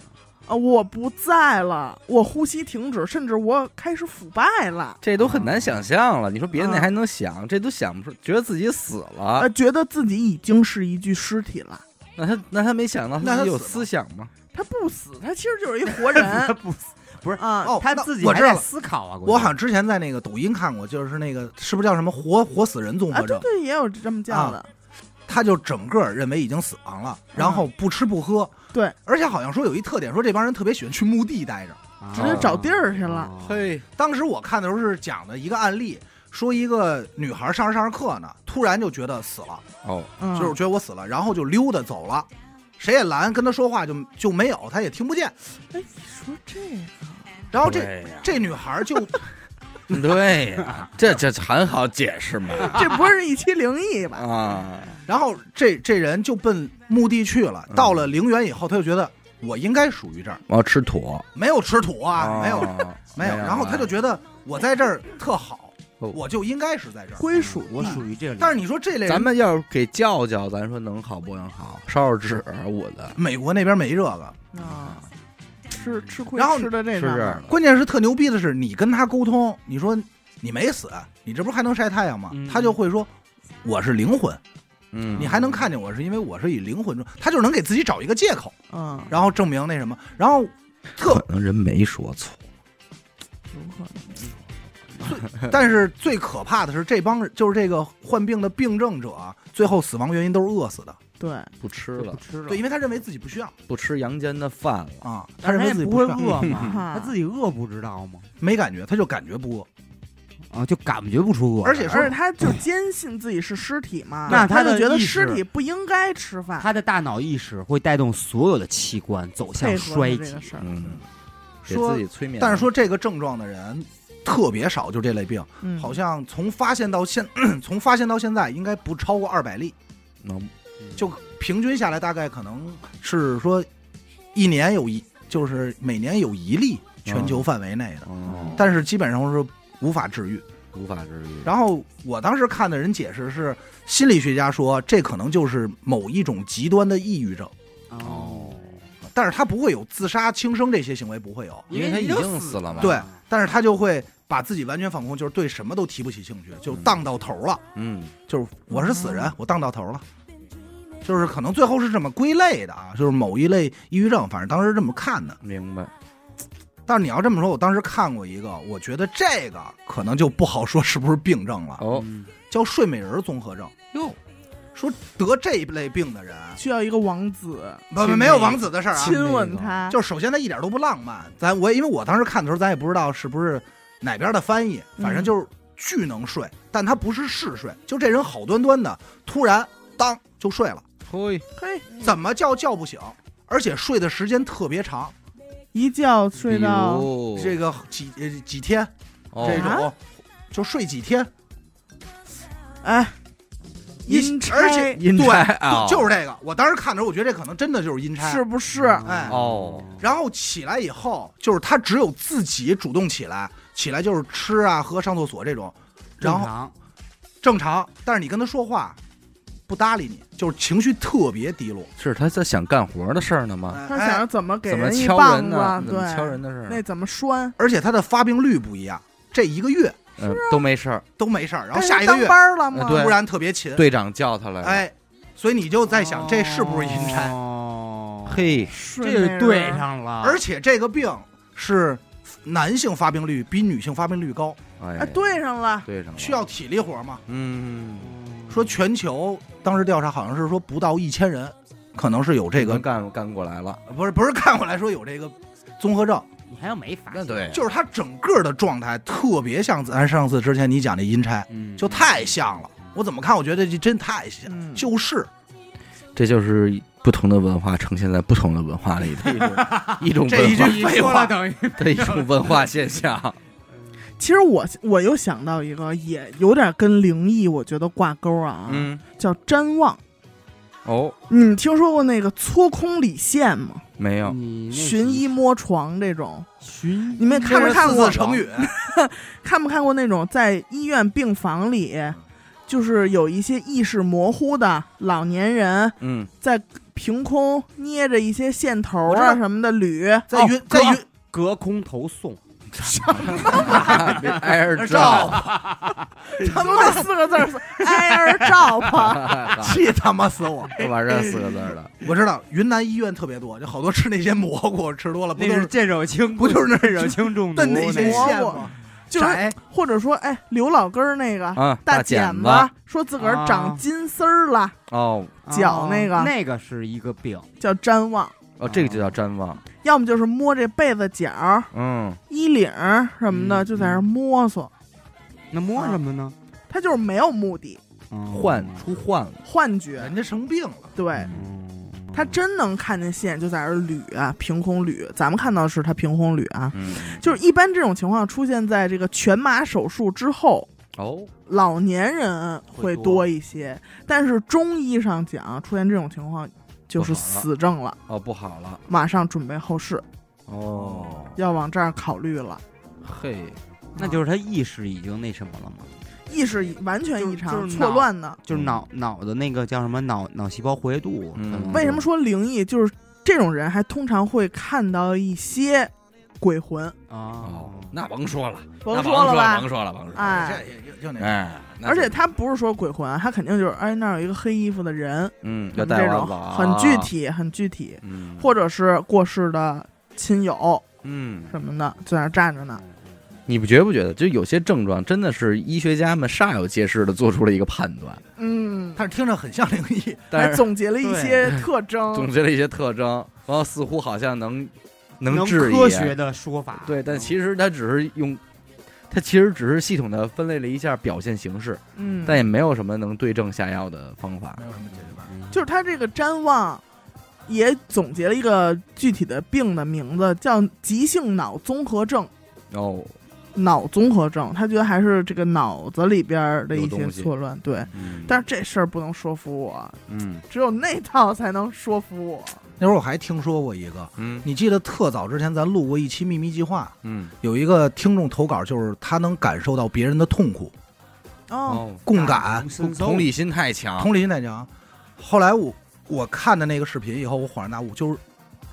啊，我不在了，我呼吸停止，甚至我开始腐败了，这都很难想象了。你说别的那啊还能想，这都想不出，觉得自己死哎啊呃，了。觉得自己已经是一具尸体了。那他那他没想到他那他自己有死吗思想吗？他不死，他其实就是一活 人不死，啊。哦，他那自己我还知道在了。思考啊。我好像之前在那个抖音看过，就是那个是不是叫什么活活死人综啊，合对症？对，也有这么啊叫的，他就整个认为已经死亡了，然后不吃不喝。对，而且好像说有一特点，说这帮人特别喜欢去墓地待着。啊直接找地儿去了。嘿，当时我看的时候是讲的一个案例，说一个女孩上着上着课呢，突然就觉得死了，哦，嗯，就是觉得我死了，然后就溜达走了，谁也拦，跟她说话就就没有，她也听不见。哎，你说这 个，然后哦这对呀这女孩就 对呀，这这很好解释嘛这不是一期灵异 吧？啊，然后这这人就奔墓地去了。嗯到了陵园以后，他就觉得我应该属于这儿，我要吃土没有吃土哦啊，没有没有。啊然后他就觉得我在这儿特好，哦我就应该是在这儿。归属我地属于这个。但是你说这类人，咱们要是给叫叫，咱说能好不能好？烧烧纸，我的美国那边没这个。啊，吃吃亏然后吃的这是个，这样的，关键是特牛逼的是，你跟他沟通，你说你没死，你这不是还能晒太阳吗？嗯他就会说。我是灵魂，嗯，你还能看见我是因为我是以灵魂中，他就是能给自己找一个借口，嗯，然后证明那什么，然后特可能人没说错，有可能但是最可怕的是，这帮人就是这个患病的病症者啊，最后死亡原因都是饿死的。对，不吃就了不，吃了，对，因为他认为自己不需要 不吃阳间的饭了。啊，他但是认为嗯自己 他也不会啊需要饿嘛，哈他自己饿不知道吗？没感觉，他就感觉不饿。啊，就感觉不出恶而且心说而且他就坚信自己是尸体嘛，那他他就的觉得意识尸体不应该吃饭，他的大脑意识会带动所有的器官走向配合衰了这竭个。事儿。嗯，给说自己催眠。但是说这个症状的人特别少，就这类病，嗯，好像从发现到现， 从发现到现在应该不超过二百例，能就平均下来大概可能是说一年有一，就是每年有一例全球范围内的，哦，但是基本上是无法治愈。无法治愈。然后我当时看的人解释是，心理学家说这可能就是某一种极端的抑郁症，哦，但是他不会有自杀、轻生这些行为，不会有，因为他已经死了嘛对但是他就会把自己完全放空，就是对什么都提不起兴趣，就荡到头了。嗯，就是我是死人，我荡到头了，就是可能最后是这么归类的啊，就是某一类抑郁症，反正当时这么看的。明白。但是你要这么说，我当时看过一个，我觉得这个可能就不好说是不是病症了，哦，嗯叫睡美人综合症。哟，说得这一类病的人，需要一个王子不亲没有那个王子的事 儿啊，亲吻他，就是首先他一点都不浪漫，咱我因为我当时看的时候，咱也不知道是不是哪边的翻译，反正就是巨能睡，但他不是嗜睡，就这人好端端的，突然当就睡了，嘿，嘿，怎么叫叫不醒，而且睡的时间特别长，一觉睡到这个个几呃几天这哦，啊种，就睡几天，哎，一阴差而且阴对差啊，就是这个，我当时看的时候，我觉得这可能真的就是阴差，是不是？哎哦，然后起来以后，就是他只有自己主动起来，起来就是吃啊、喝、上厕所这种，然后啊后正常，但是你跟他说话，不搭理你，就是情绪特别低落。是他在想干活的事儿呢吗？他哎想着怎么给怎么一敲棒人呢？子，怎么敲对，人的事儿那呢？怎么拴？而且他的发病率不一样，这一个月嗯，都没事儿。都没事儿，然后但是下一个当月班儿了吗？呃对突然特别勤，队长叫他来了。哎，所以你就在哦想这是不是阴差？哦，，嘿，睡这美人就啊对上了。而且这个病是男性发病率比女性发病率高，哎哎，，对上了，对上了需要体力活嘛。嗯，说全球当时调查好像是说不到一千人，可能是有这个能，干干过来了。不是不是看过来说有这个综合症，你还要没发那现，对，就是他整个的状态特别像咱上次之前你讲那阴差。嗯，就太像了。我怎么看，我觉得这真太像，嗯，就是这就是不同的文化呈现在不同的文化里的一种 一种这一文句化你说了等于 的一种文化现 象。其实我我又想到一个，也有点跟灵异我觉得挂钩啊，嗯，叫瞻望。哦，你听说过那个搓空理线吗？没有，你那寻医摸床这种，寻你们看没看这过是四字成语？看没看过那种在医院病房里，嗯就是有一些意识模糊的老年人嗯，凭空捏着一些线头我知啊道什么的捋，在云在云隔空投送，挨着照照，他们那四个字儿是挨儿照啊 吧， 气他妈死我！就玩这四个字儿了。我知道云南医院特别多，就好多吃那些蘑菇，吃多了不那都是是见手 青，不就是那见手青 中毒炖那些蘑菇馅吗？就是摘或者说哎刘老根儿那个 啊，大剪剪子说自个儿长金丝儿了，哦脚那个哦那个是一个病，叫瞻望，哦，这个就叫瞻望。要么就是摸这被子角儿、嗯，衣领儿什么的，嗯就在那儿摸索，那摸什么呢？他就是没有目的，幻嗯出幻了。幻觉，人家生病了，对。嗯他真能看见线，就在那儿捋啊，凭空捋。咱们看到的是他凭空捋啊，嗯，就是一般这种情况出现在这个全麻手术之后，哦，老年人会会多多一些，但是中医上讲，出现这种情况就是不好了死症了，哦，不好了。马上准备后事，哦，要往这儿考虑了。嘿，那就是他意识已经那什么了吗？意识完全异常、就是就是错脑乱的。就是脑脑的那个叫什么脑脑细胞活跃度？嗯可能为什么说灵异？就是这种人还通常会看到一些鬼魂，啊？哦那甭说了，哦甭说了吧？说了，甭说哎，这就就那哎，那而且就他不是说鬼魂，他肯定就是哎那儿有一个黑衣服的人，嗯，要这带娃种啊娃很具，体、很具体，嗯，或者是过世的亲友嗯，什么的，就在那儿站着呢。你不觉不觉得，就有些症状真的是医学家们煞有介事的做出了一个判断，嗯，但是听着很像灵异，但还是总结了一些特总征，结了一些特征，然后似乎好像能能能治科一学的说法？嗯对，但实其实他只是用它其实只是系统的分类了一下表现形式，嗯，但也没有什么能对症下药的方哎法。没有什么解决办法。就是他这个瞻望，也总结了一个具体的病的名字，叫急性脑综合症。哦，脑综合症，他觉得还是这个脑子里边儿的一有些东西错乱，对。嗯但是这事儿不能说服我，嗯只有那套才能说服我。那会儿我还听说过一个，嗯你记得特早之前咱录过一期秘密计划，嗯，有一个听众投稿，就是他能感受到别人的痛苦、哦，哦，共感感同、身受同理心太强，同理心太强。后来我我看的那个视频以后，我恍然大悟，就是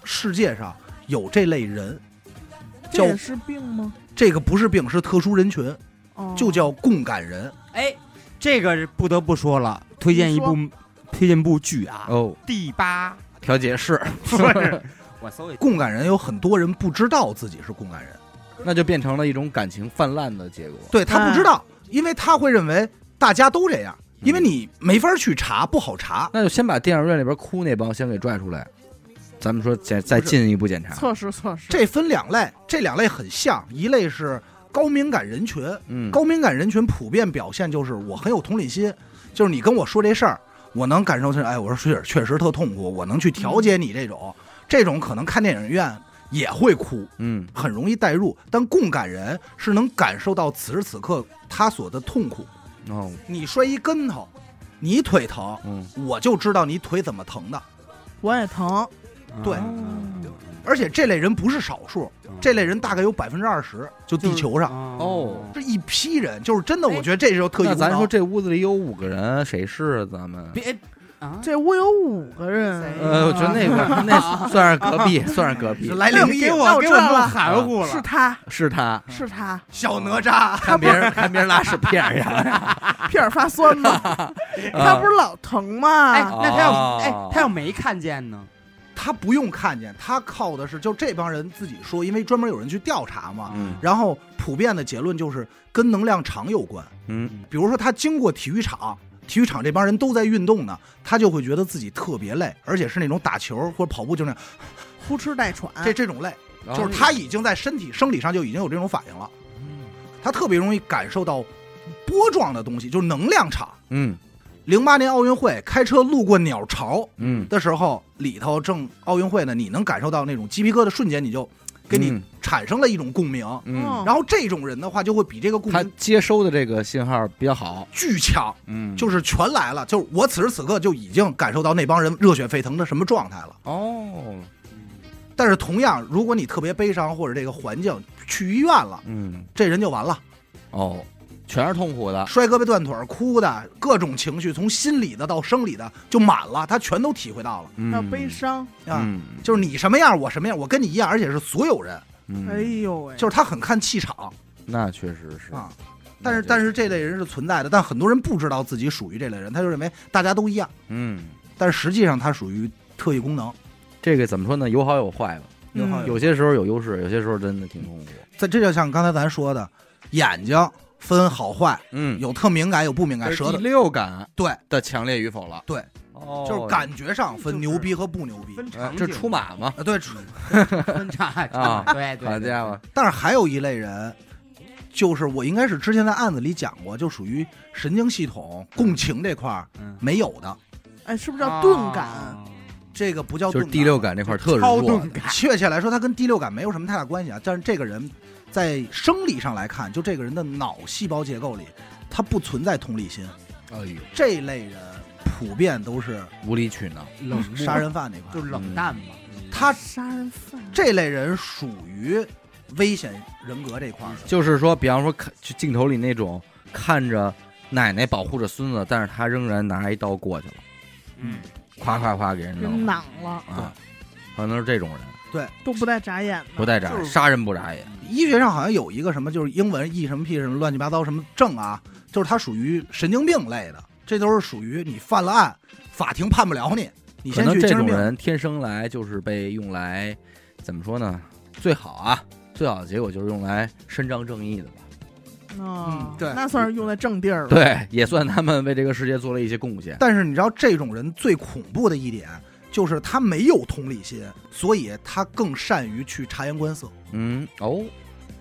世界上有这类人，这也叫是病吗？这个不是病，是特殊人群，哦，就叫共感人。哎，这个是不得不说了，推荐一部推荐部剧啊，哦，第八，调解室，我搜一共感人有很多人不知道自己是共感人， 那就变成了一种感情泛滥的结果。对他哎不知道，因为他会认为大家都这样，因为嗯你没法去查，不好查。那就先把电影院里边哭那帮先给拽出来，咱们说检再进一步检查。测试测试。这分两类，这两类很像，一类是高敏感人群，嗯，高敏感人群普遍表现就是我很有同理心，就是你跟我说这事儿，我能感受出来。哎，我说确实确实特痛苦，我能去调节你这种，这种可能看电影院也会哭，嗯很容易代入。但共感人是能感受到此时此刻他所的痛苦。哦你摔一跟头，你腿疼，嗯，我就知道你腿怎么疼的。我也疼，哦对嗯而且这类人不是少数，这类人大概有百分之二十，就地球上。哦这一批人就是真的，哎我觉得这时候特意那无咱脑说这屋子里有五个人，谁是咱们？别啊，这屋有五个人。谁呃，我觉得那啊 个那算是隔 壁，算是隔壁，来那另我一给个我那知道了含糊是他，是他是他，小哪吒，看别人看别人拉屎片儿 呀，屁眼发酸吗？他不是老疼哎，吗？那他要哦哎，他要没看见呢？他不用看见，他靠的是就这帮人自己说，因为专门有人去调查嘛。嗯然后普遍的结论就是跟能量场有关，嗯比如说他经过体育场，体育场这帮人都在运动呢，他就会觉得自己特别累，而且是那种打球或者跑步就那样，呼哧带啊喘，这这种累，然就后是他已经在身体生理上就已经有这种反应了，嗯他特别容易感受到波状的东西，就是能量场。嗯零八年奥运会开车路过鸟巢，嗯，的时候，里头正奥运会呢，你能感受到那种鸡皮疙瘩，瞬间你就给你哦嗯产生了一种共鸣。嗯，然后这种人的话，就会比这个共他鸣接收的这个信号比较好，巨强，嗯就是是全来了。就是我此时此刻就已经感受到那帮人热血沸腾的什么状态了。哦，但是同样，如果你特别悲伤或者这个环境去医院了，嗯这人就完了，哦，全是痛苦的，摔胳膊断腿儿、哭的各种情绪，从心理的到生理的就满了，他全都体会到了要嗯悲伤。啊。嗯就是你什么样，我什么样，我跟你一样，而且是所有人，嗯，哎呦喂，就是他很看气场。那确实是啊嗯但是但是这类人是存在的，但很多人不知道自己属于这类人，他就认为大家都一样，嗯，但实际上他属于特异功能。这个怎么说呢？有好有坏吧，有好有些时候有优势，有些时候真的挺痛 苦。在这就像刚才咱说的，眼睛分好坏，嗯，有特敏感，有不敏这感，是舌第头六感对，的强烈与否了。对，哦，就是感觉上分牛逼和不牛逼。分哎，场这 景出马嘛，啊，对，分场啊对对，好对家伙，，但是还有一类人，就是我应该是之前在案子里讲过，就属于神经系统共情这块儿嗯，没有的，哎，是不是叫钝感？啊，这个不叫就是钝第感六感这块儿特超弱钝。感，确切来说，他跟第六感没有什么太大关系啊。但是这个人在生理上来看，就这个人的脑细胞结构里，他不存在同理心。哎呦，这类人普遍都是无理取闹。冷漠杀人犯那块就儿，嗯冷淡嘛。他杀人犯，这类人属于危险人格这块儿的。就是说，比方说看就镜头里那种看着奶奶保护着孙子，但是他仍然拿一刀过去了，嗯，夸夸夸给人人弄了囊了，啊，可能是这种人，都不带眨眼的。不带眨就眼，是杀人不眨眼。医学上好像有一个什么，就是英文译什么屁什么乱七八糟什么症啊，就是他属于神经病类的，这都是属于你犯了案，法庭判不了你，你可先能去精这神种病院。人天生来就是被用来怎么说呢？最好啊，最好的结果就是用来伸张正义的吧。哦嗯对那算是用在正地儿了。对，也算他们为这个世界做了一些贡献。但是你知道这种人最恐怖的一点，就是他没有同理心，所以他更善于去察言观色，嗯，哦，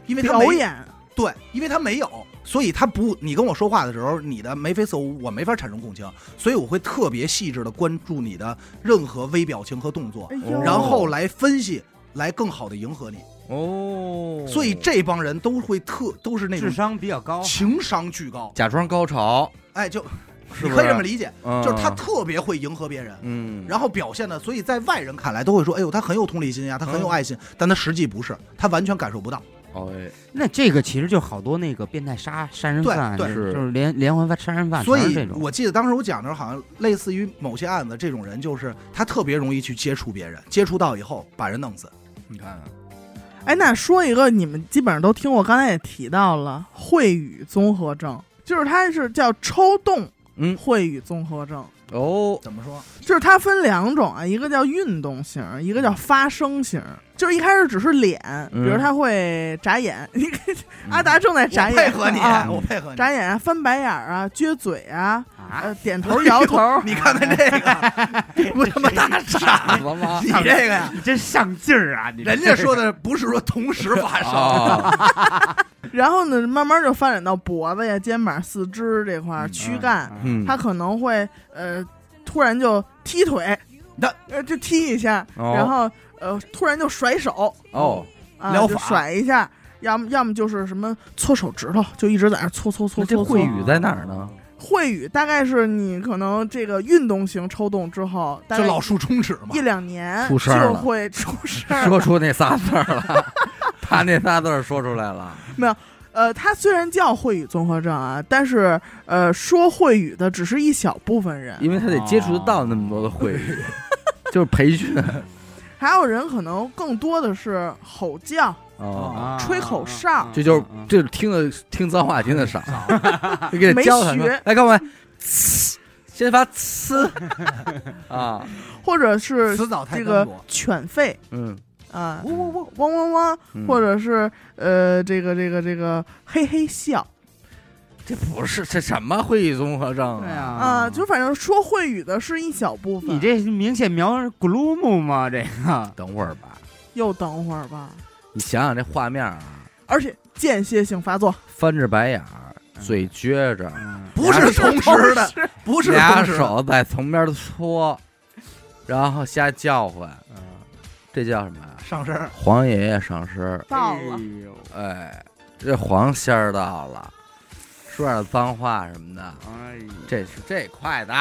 因为他没表演对，因为他没有，所以他不，你跟我说话的时候，你的眉飞色舞，我没法产生共情，所以我会特别细致的关注你的任何微表情和动作，哎呦哦然后来分析，来更好的迎合你。哦，所以这帮人都会特都是那种智商比较高，情商巨高，假装高潮，哎，就是你不可以这么理，理解，嗯就是他，特别会迎合别人。嗯，然后表现的，所以在外人看来都会说：“哎呦，他很有同理心呀，他很有爱心。但他实际不是，他完全感受不到。后哎，那这个其实就好多那个变态杀杀人犯，对对就是就是连连环杀人犯，所全是以这，种我记得当时我讲的时候好像类似于某些案子，这种人就是他特别容易去接触别人，接触到以后把人弄死。你看看，哎，那说一个，你们基本上都听过，刚才也提到了会语综合症，就是它是叫抽动嗯，会语综合症，哦，怎么说？就是它分两种啊，一个叫运动型，一个叫嗯发声型。就是一开始只是脸，比嗯如他会眨眼， 你看阿达正在眨嗯我眼，配合你，啊我配合你。眨眼啊，翻白眼儿啊，撅嘴啊，啊，呃，点头摇头，哎你看看这个，我他妈大 傻，啊，王 妈你这个呀，你真上劲 儿啊！你人家 说的不是说同时发 生，啊，然后呢，慢慢就发展到脖子呀、肩膀、四肢这块儿、嗯躯干，嗯，他可能会呃突然就踢腿，那呃就踢一下，哦然后呃突然就甩手哦，啊，撩就法甩一下，要么要么就是什么搓手指头，就一直在那搓搓搓那这搓会搓。语在哪儿呢？会语大概是你可能这个运动型抽动之后，大就概老竖中指嘛一。两年出事儿就了会出事 儿。说出那仨字儿了， 把那仨字儿说出来了，呃，它虽然叫会语综合症啊，但是呃，说会语的只是一小部分人，因为他得接触到那么多的会语， 就是培训还有人可能更多的是吼叫，哦，啊吹口哨这就是嗯嗯这就是听的听脏话听的少，就 给他教他没说学来，各位，呲先发呲啊，或者是辞藻太这单个薄，犬吠嗯啊，汪汪汪汪汪汪，喔嗯或者是呃，这个这个这个嘿嘿笑这不是这什么会议综合症对啊？啊，就反正说会语的是一小部分。你这是明显描 gloom 吗？这个等会儿吧，又等会儿吧，你想想这画面啊，而且间歇性发作，翻着白眼儿，嘴撅着，不是同时的，是 不是俩同时的。手在旁边搓，然后瞎叫唤，这叫什么呀？上身儿黄爷爷上身儿，到了，哎，这黄仙儿到了，说点脏话什么的，哎呦，这是这块的。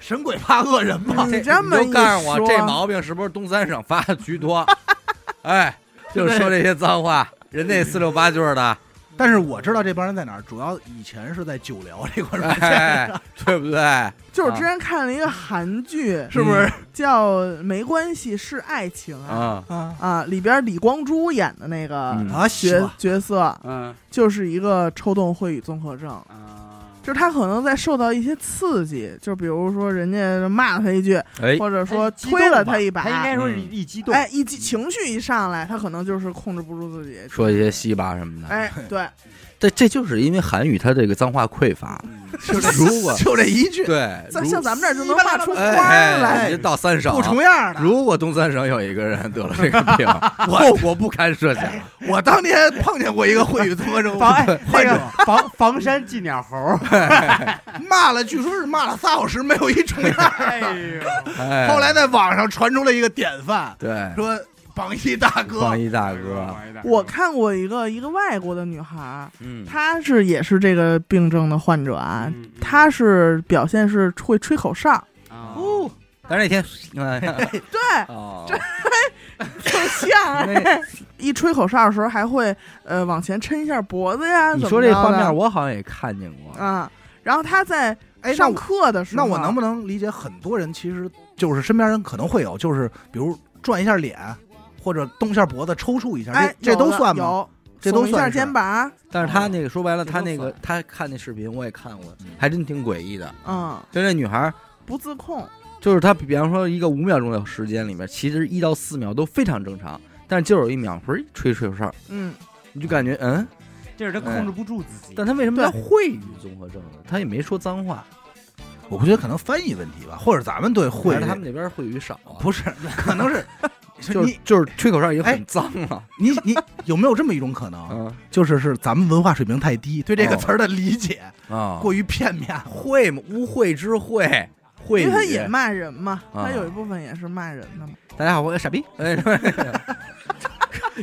神鬼怕恶人嘛，这你这么你就告诉我，一说这毛病是不是东三省发的居多？ 哎，就说这些脏话，人那四六八句儿的， 但是我知道这帮人在哪儿，主要以前是在九辽这块儿，哎，对不对？就是我之前看了一个韩剧，嗯是不是？叫《没关系是爱情》啊啊，啊啊，里边李光洙演的那个嗯啊，角、行，角色嗯就是一个抽动会语综合症，啊，就是他可能在受到一些刺激，就比如说人家骂了他一句，哎，或者说哎激动推了吧他一把，他应该说是嗯一激动，哎，一激情绪一上来，他可能就是控制不住自己，说一些西巴什么的， 哎，对，这这就是因为韩语它这个脏话匮乏，就这，如果 就这一句，对，像如像咱们这儿就能骂出花哎儿哎来，你就到三省不，重样的。如果东三省有一个人得了这个 病，后果不堪设想。我当年碰见过一个会语综合 症防哎那患者个，防房山寄鸟猴，骂了，据说是骂了仨小时，没有一重样儿。哎呦， 哎后来在网上传出了一个典范，对，说榜一大哥方一大哥，我看过一个一个外国的女孩儿，嗯，她是也是这个病症的患者啊，嗯她是表现是会吹口哨，哦，但是那天，哎对，哦，就 像啊那一吹口哨的时候还会呃往前抻一下脖子呀，你怎说么这着的画面，我好像也看见过，啊，然后她在哎，那上我课的时那候，我能不能理解，很多人其实就是身边人可能会有，就是比如转一下脸，或者动一下脖子，抽搐一下，哎，这这有的都算吗？有，这都耸一下算是肩膀，但是他那个说白了，这他都那个算他看那视频我也看过，还真挺诡异的。嗯，就那女孩儿，不自控，就是她，比方说一个五秒钟的时间里面，其实一到四秒都非常正常，但是就有一秒，不是吹吹口哨，嗯，你就感觉嗯，这是他控制不住自己，但她为什么叫对会语综合症呢？她也没说脏话，我觉得可能翻译问题吧，或者咱们对 会还是他们那边会语少啊。不是，可能是就你是就是吹口哨已经哎很脏了。你你有没有这么一种可能，啊就是是咱们文化水平太低，对这个哦词儿的理解啊，过于片面了。 会吗？污秽之 秽，因秽为他语也骂人嘛，啊他有一部分也是骂人的嘛。大家好，我是傻 逼，哎，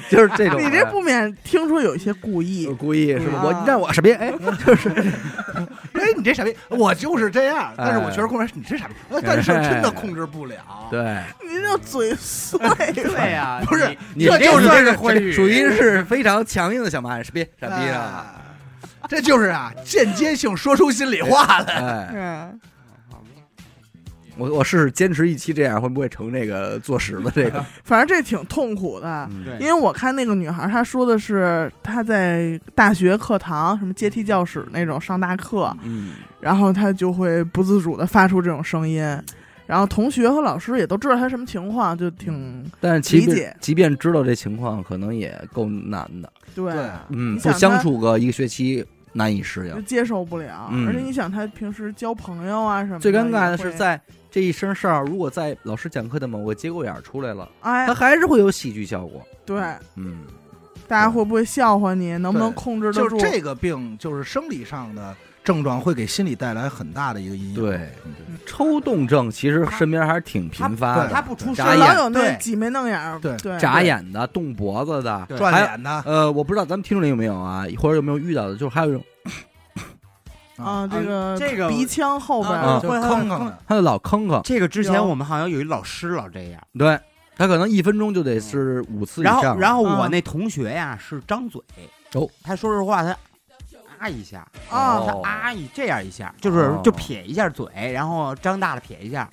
就是这种。啊呃你这不免听出有一些故我意，故意是吧？啊我你让我傻逼， 哎，就是哎，你这傻逼，我就是这样，但是我哎确实控制，你这傻逼，呃但是真的控制不了。对，你这 嘴碎对了。呀，不是你这就你算这是会语属于是非常强硬的想骂傻 逼傻逼啊！啊，这就是啊，间接性说出心里话来。哎，嗯，我我试试坚持一期这样，会不会成这个坐实的 这个？反正这挺痛苦的，嗯因为我看那个女孩，她说的是她在大学课堂，什么阶梯教室那种上大课，嗯，然后她就会不自主的发出这种声音，然后同学和老师也都知道她什么情况，就挺但是即理便解即便知道这情况，可能也够难的。对对嗯，你不想相她处个一个学期难以适应就。接受不了，嗯而且你想她平时交朋友啊什么的，最尴尬的也是，会在这一声哨，如果在老师讲课的某个节骨眼儿出来了，哎它还是会有喜剧效果。对，嗯，大家会不会笑话你？能不能控制得就住？是这个病，就是生理上的症状会给心理带来很大的一个阴影。对嗯，抽动症其实身边还是挺频发对的，他不出声声眨老眼有那对挤眉弄眼儿，对对，眨眼的、动脖子的。对转还有脸呢，呃，我不知道咱们听众里有没有啊，或者有没有遇到的，就是还有一种啊，嗯这个这个鼻腔后边啊儿就会坑很坑的。他就老吭吭，这个之前有我们好像有一老师老这样，对他可能一分钟就得是五次以然后上。然后我嗯那同学呀是张嘴，哦，他说实话他啊一下，啊哦他啊一这样一下，就是哦就撇一下嘴，然后张大了撇一下，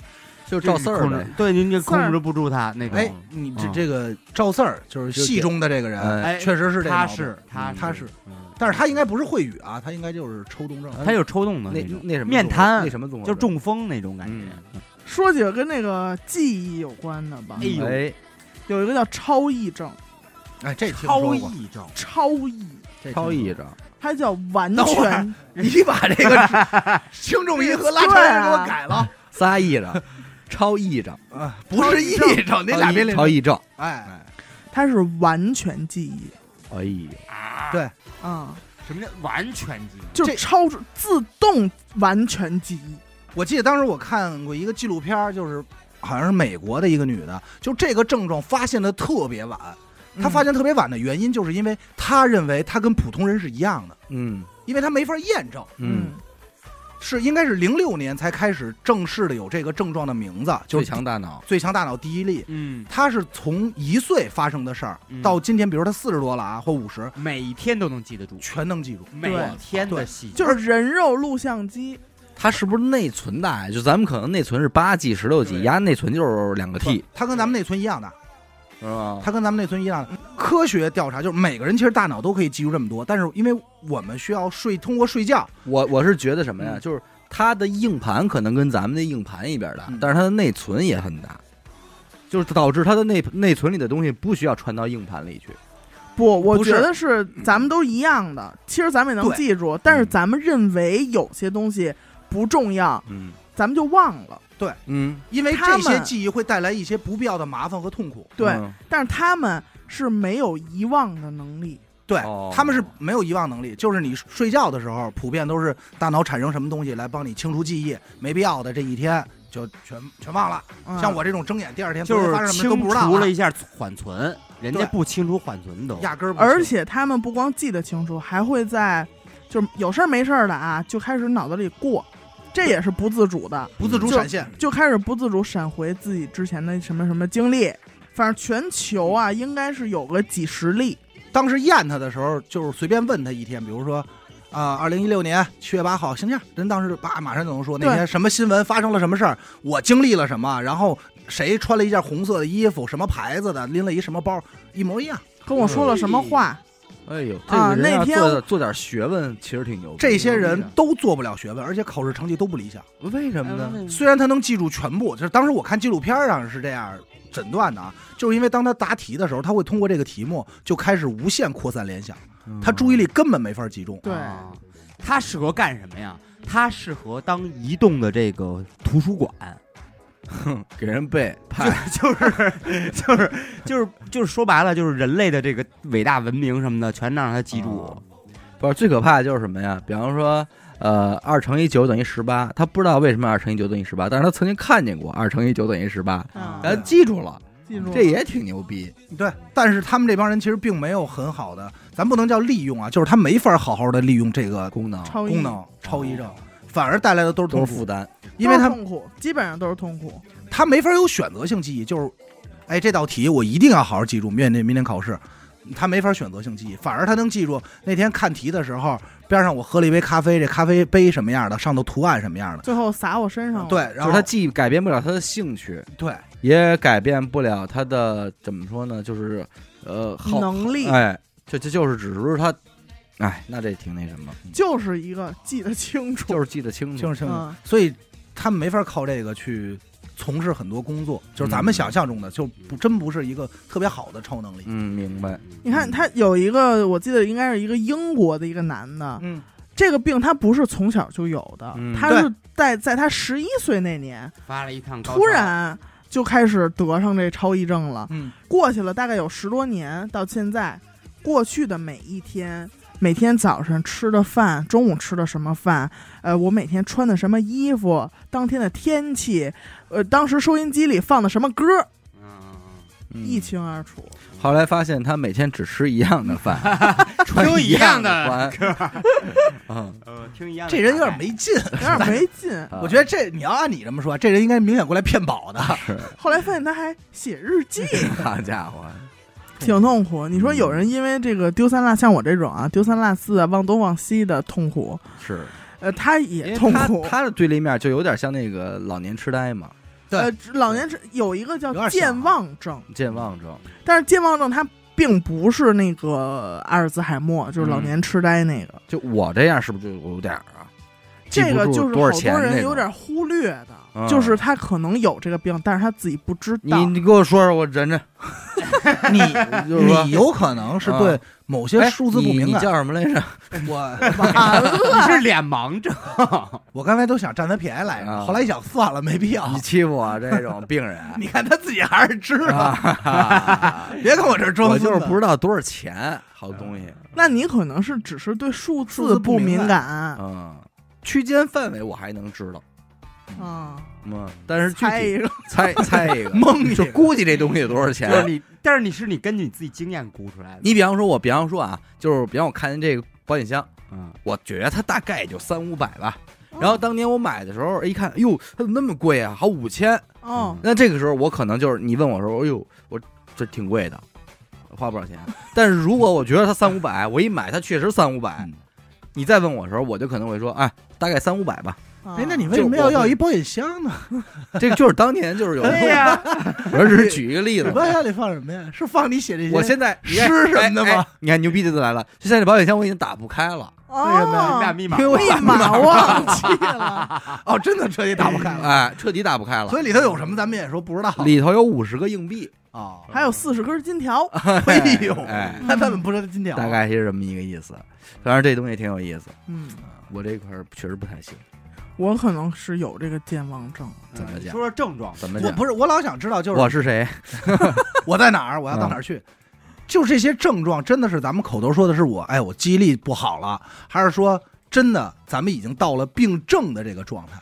就是赵四儿控呗制，对，您就四儿控制不住他那哎种，，你这嗯这个赵四儿就是戏中的这个人，哎，哎，确实是这个他毛病是他他是是，嗯但是他应该不是秽语啊，他应该就是抽动症。他有抽动的那种，那什么面综合瘫那什么综合就是中风那种感觉嗯，说几个跟那个记忆有关的吧哎，呦哎，有一个叫超忆症，哎，这听超说过，忆症，超忆，这听说超过一。张，它叫完等会儿全， 你把这个听众一和拉长音给我改了仨一张，超一张，啊，不是异症，那俩别连超。一张，哎，它是完全记忆哎呦，啊对啊，什么叫完全记忆？就这超出自动完全记忆，我记得当时我看过一个纪录片儿，就是好像是美国的一个女的，就这个症状发现的特别晚。她嗯发现特别晚的原因，就是因为她认为她跟普通人是一样的，嗯因为她没法验证。嗯，是应该是零六年才开始正式的有这个症状的名字，就最是强大脑，最强大脑第一例。嗯，他是从一岁发生的事儿嗯到今天，比如他四十多了啊，或五十，每一天都能记得住，全能记住。每一天的对细节，就是人肉录像机，它是不是内存大呀？就咱们可能内存是八 G、十六 G，对压内存就是两个 T，他跟咱们内存一样的，是吧？他跟咱们内存一样的。科学调查就是每个人其实大脑都可以记住这么多，但是因为我们需要睡，通过睡觉，我我是觉得什么呀？嗯就是它的硬盘可能跟咱们的硬盘一边大，嗯但是它的内存也很大，就是导致它的内内存里的东西不需要传到硬盘里去。不，我不觉是得是咱们都一样的，其实咱们也能对记住，但是嗯咱们认为有些东西不重要，嗯咱们就忘了。嗯，因为他这们些记忆会带来一些不必要的麻烦和痛苦。对，嗯但是他们是没有遗忘的能力。对哦，他们是没有遗忘能力，就是你睡觉的时候，普遍都是大脑产生什么东西来帮你清除记忆，没必要的这一天就全全忘了。嗯、像我这种睁眼，第二天就昨天发是生什清么都不知道除了啊，一下缓存，人家对不清除缓存都，压根儿不清。而且他们不光记得清楚，还会在就是有事儿没事儿的啊，就开始脑子里过，这也是不自主的，不自主就闪现，就开始不自主闪回自己之前的什么什么经历。反正全球啊，应该是有个几十例。当时验他的时候，就是随便问他一天，比如说，啊、2二零一六年七月八号，星期二，人当时叭，马上就能说那对天什么新闻发生了什么事儿，我经历了什么，然后谁穿了一件红色的衣服，什么牌子的，拎了一什么包，一模一样。跟我说了什么话？哎呦，这啊个人要那天做做点学问，其实挺牛逼的。这些人嗯都做不了学问，而且考试成绩都不理想。为什么呢？嗯虽然他能记住全部，就是当时我看纪录片儿上是这样诊断的啊，就是因为当他答题的时候，他会通过这个题目就开始无限扩散联想，嗯他注意力根本没法集中。对，啊 他适合干什么呀？他适合当移动的这个图书馆，给人背派，就就是就是就是就是说白了，就是人类的这个伟大文明什么的，全让他记住哦。不是最可怕的就是什么呀？比方说，呃，二乘以九等于十八，他不知道为什么二乘以九等于十八，但是他曾经看见过二乘以九等于十八，啊他记住了，记住这也挺牛逼。对，但是他们这帮人其实并没有很好的，咱不能叫利用啊，就是他没法好好的利用这个功能哦超功能超忆症，反而带来的都是都痛是苦负，担，因为他痛苦，基本上都是痛苦。他没法有选择性记忆，就是，哎，这道题我一定要好好记住，面对明天考试，他没法选择性记忆，反而他能记住那天看题的时候，边上我喝了一杯咖啡，这咖啡杯什么样的，上头图案什么样的，最后撒我身上了，对，，就然是后他既改变不了他嗯的兴趣，对也改变不了他的怎么说呢？就是呃，好能力哎，这这就是只是他，哎，那这挺那什么，嗯就是一个记得清楚，就是记得清楚清楚。清楚，嗯所以他们没法靠这个去从事很多工作，就是咱们嗯想象中的，就不真不是一个特别好的超能力。嗯，明白。你看他有一个，我记得应该是一个英国的一个男的，嗯，这个病他不是从小就有的，嗯他是在在他十一岁那年发了一趟高烧，突然就开始得上这超忆症了。嗯，过去了大概有十多年，到现在，过去的每一天，每天早上吃的饭，中午吃的什么饭，呃，我每天穿的什么衣服，当天的天气，呃，当时收音机里放的什么歌，嗯，嗯嗯一清二 楚。后来发现他每天只吃一样的饭，嗯穿听一样的的穿，歌儿，嗯，呃，听一样的这人有点没劲，有点没劲，我觉得这你要按你这么说，这人应该明显过来骗保的。是，后来发现他还写日 记，哎好家伙，挺痛苦。你说有人因为这个丢三落，像我这种啊，丢三落四啊，忘东忘西的痛苦，啊是呃，他因也为痛他苦。他的对立面就有点像那个老年痴呆嘛，呃，老年痴有一个有叫点像啊健忘症，健忘症。但是健忘症它并不是那个阿尔兹海默，就是老嗯年痴呆那个。就我这样是不是就有点儿啊？记这不个住就是多少好多钱那人种有点忽略的，嗯就是他可能有这个病，但是他自己不知你道。你给我说说，我忍忍。 你 就是说你有可能是对啊某些数字不啊哎你敏你感。叫什么来着？我完你了，是脸盲症，我刚才都想占他便宜来着，啊后来一想算了，没必要。你。欺负我这种病人 你看他自己还是知道，啊别跟我这装我孙子。就是不知道多少钱，好东西，那你可能是只是对数数字字不不敏敏感感嗯，区间范围我还能知道，啊。嗯，但是具猜体一个，猜猜一个，蒙你就估计这东西有多少钱就。是你，但是你是你根据你自己经验估出来的，你比方说，我比方说啊，就是比方我看见这个保险箱，嗯，我觉得它大概也就三五百吧。然后当年我买的时候，一看，哎呦，它怎么那么贵啊？好五千，哦，那这个时候我可能就是你问我说，哎呦，我这挺贵的，花不少钱。但是如果我觉得它三五百，我一买它确实三五百嗯，你再问我的时候，我就可能会说，哎，大概三五百 吧。哎哎，那你为什么要就是我要一保险箱呢？这就是当年就是有人对啊呀，我只是举一个例子你。保险箱里放什么呀？是放你写这些？我现在诗什么的？你看哎吗哎你看牛逼的就来了，就现在保险箱我已经打不开了，为为什么呀你俩密码因为我哦密码忘记了，哦，真的彻底打不开了。哎，彻底打不开了。所以里头有什么，咱们也说不知道里头有五十个硬币，啊。还有四十根金条，哎呦，哎那 他们不知道金条，啊大概是这么一个意思。反正这东西挺有意思，嗯，我这块儿确实不太行。我可能是有这个健忘症，怎么嗯讲说说症状，怎么我讲？不是，我老想知道，就是我是嗯谁？我在哪儿，我要到哪儿去。就是这些症状，真的是咱们口头说的是我，哎，我记忆力不好了，还是说真的咱们已经到了病症的这个状态？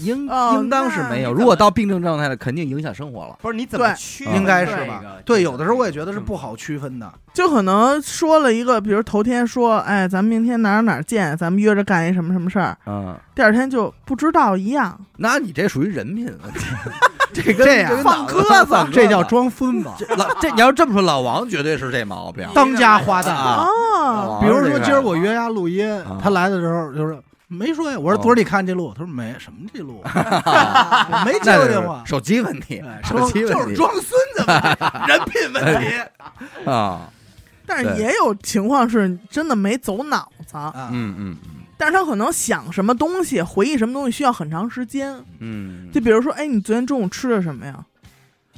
应哦应当是那没有。你如果到病症状态了，肯定影响生活了。不是你怎么对区嗯分应该是这吧个？嗯对，有的时候我也觉得是不。好区分的。就可能说了一个，比如头天说，哎，咱们明天哪儿哪儿见，咱们约着干一什么什么事儿，嗯，第二天就不知道一样，那你这属于人品问题，这这样跟脑子放鸽子放这叫装孙子，这老这你要这么说，老王绝对是这毛病。当家花旦啊哦，老王比如说这个今儿我约丫录音啊，他来的时候就是没说呀，我说昨儿你看这录，他说没什么这录，我没接那就过是电 话。手机问题哎，手机就问是题装孙子嘛，人品问题啊，但是对也有情况是真的没走脑子，啊。嗯嗯但是他可能想什么东西，回忆什么东西需要很长时间，嗯，就比如说，哎，你昨天中午吃的什么呀？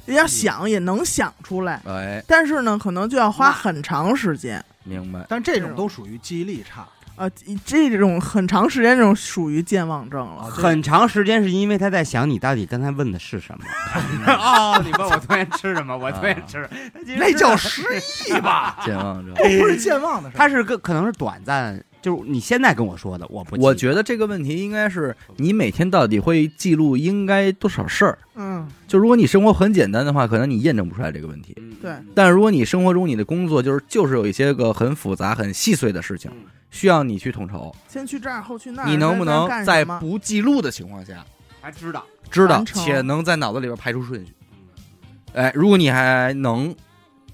要想也能想出来，哎，但是呢，可能就要花很长时间。明白，但这种都属于记忆力差，呃，这种很长时间这种属于健忘症了。很长时间是因为他在想你到底刚才问的是什么。 啊哦，你问我昨天吃什么？我昨天 吃，那叫失忆吧？ 健忘症。不是健忘的事儿。他是个可能是短暂，就是你现在跟我说的，我不记我觉得这个问题应该是你每天到底会记录应该多少事儿。嗯，就如果你生活很简单的话，可能你验证不出来这个问题。嗯对，但如果你生活中你的工作就是就是有一些个很复杂、很细碎的事情嗯，需要你去统筹，先去这儿，后去那儿，你能不再再能干在什么啊不记录的情况下还知道。知道，完成且能在脑子里边排出顺序？哎，如果你还能，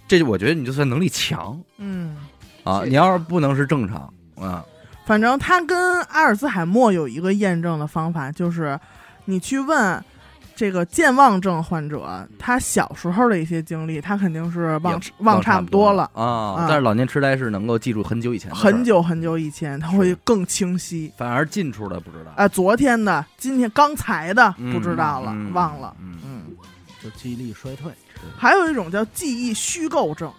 这我觉得你就算能力强嗯，啊。是你要是不能是正常啊，反正他跟阿尔兹海默有一个验证的方法，就是你去问这个健忘症患者，他小时候的一些经历，他肯定是忘也忘差差不多了，啊啊。但是老年痴呆是能够记住很久以前的事儿，很久很久以前，他会是更清晰。反而近处的不知道啊、，昨天的、今天、刚才的嗯不知道了，嗯忘了。嗯嗯，就记忆力衰退，还有一种叫记忆虚构症，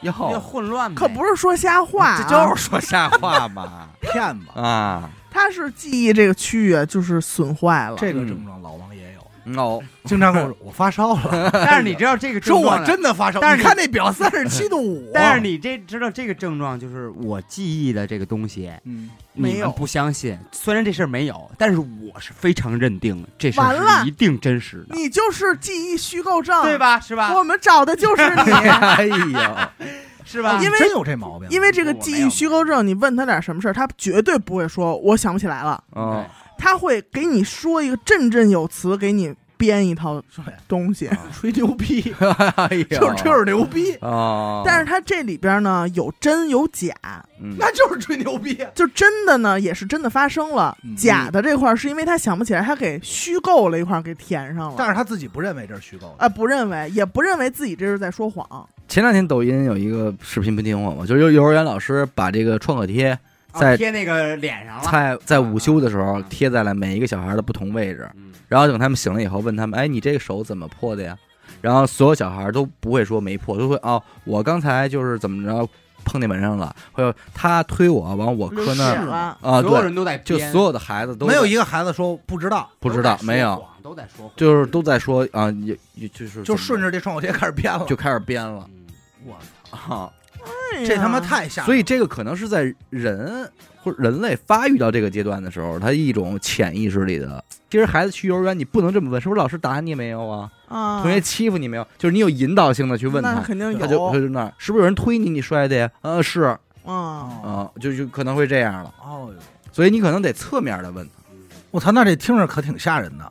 这哟， 混乱呗，可不是说瞎话、啊，这就是说瞎话嘛骗吧。啊！它是记忆这个区域啊就是损坏了。这个症状老王也有，哦，经常跟我说我发烧了，但 是你知道这个说症状我呢真的发烧。但是你看那表三十七度五，哦但是你这知道这个症状就是我记忆的这个东西，嗯，你没有们不相信。虽然这事儿没有，但是我是非常认定这事完了儿是一定真实的，你就是记忆虚构症，对？吧？是吧？我们找的就是 你，哎呦，是吧？因为啊真有这毛病，因为这个记忆虚构症，你问他点什么事儿，他绝对不会说我想不起来了，哦，他会给你说一个振振有词，给你编一套说呀东哦西。吹牛逼，哎呦，啊 就是就是牛逼，哦，但是他这里边呢有真有假，嗯那就是吹牛逼。啊就真的呢也是真的发生了嗯，假的这块儿是因为他想不起来，他给虚构了一块儿给填上了。但是他自己不认为这是虚构哎的，啊，不认为，也不认为自己这是在说谎。前两天抖音有一个视频不挺火吗？就是幼幼儿园老师把这个创可贴哦在贴那个脸上了，在在午休的时候嗯贴在了每一个小孩的不同位置，嗯然后等他们醒了以后问他们，哎，你这个手怎么破的呀？然后所有小孩都不会说没破，都会哦，我刚才就是怎么着碰那门上了，或者他推我往我流磕血那儿了，啊，所有对，人都在就编所有的孩子都没有在一个孩子说不知道，不知道都在说没有，谎都在说谎，就是都在说啊，也也就是就怎么顺着这创口贴开始编 了。就开始编了嗯我操，啊。哎呀这他妈太吓人了！所以这个可能是在人或者人类发育到这个阶段的时候，他一种潜意识里的。其实孩子去幼儿园，你不能这么问，是不是老师打你没有啊？啊，同学欺负你没有？就是你有引导性的去问那他，肯定有，他就他就那儿，是不是有人推你，你摔的呀？啊，是啊、嗯，哦就就可能会这样了。哦呦，所以你可能得侧面的问他。我操，那这听着可挺吓人的。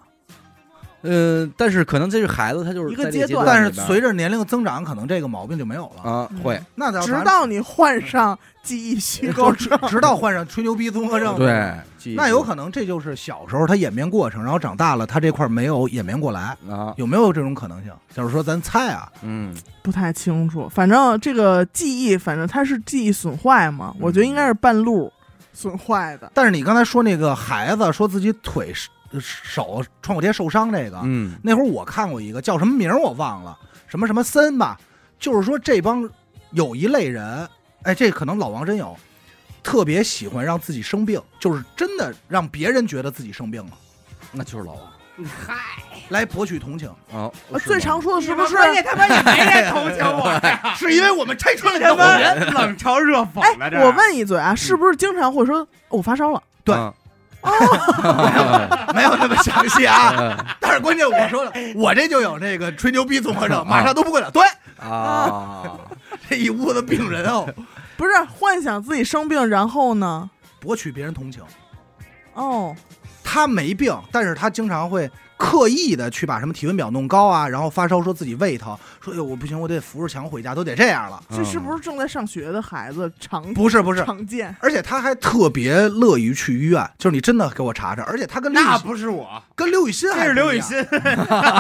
嗯、但是可能这是孩子，他就是一个在这个阶段段里但边，是随着年龄增长，可能这个毛病就没有了。啊嗯会那咱直到你患嗯上记忆虚构症， 直到患上吹牛逼综合症，，对，记忆嗯那有可能这就是小时候他演变过程，然后长大了他这块没有演变过来，啊，有没有这种可能性？就是说咱猜啊，嗯，不太清楚。反正这个记忆，反正它是记忆损坏嘛，嗯我觉得应该是半路损坏的。但是你刚才说那个孩子说自己腿是手创口贴受伤这个，嗯那会儿我看过一个叫什么名儿我忘了，什么什么森吧，就是说这帮有一类人，哎，这可能老王真有，特别喜欢让自己生病，就是真的让别人觉得自己生病了，那就是老王嗨，来博取同情，啊，呃最常说的你是们不是？也他妈也没人同情 我呀，是因为我们拆穿了他他妈 们。哎冷嘲热讽了哎这，我问一嘴啊，是不是经常会说哦我发烧了？对啊没有那么详细啊，但是关键我说了，我这就有那个吹牛逼综合症，马上都不会了。对，啊，这一屋子病人哦，不是幻想自己生病，然后呢？博取别人同情。哦，他没病，但是他经常会刻意的去把什么体温表弄高啊，然后发烧，说自己胃疼，说哎呦我不行，我得扶着墙回家，都得这样了。嗯这是不是正在上学的孩子常不是不是，常见？而且他还特别乐于去医院，就是你真的给我查查。而且他跟刘雨那欣不是我，跟刘雨欣这还是刘雨不一欣样，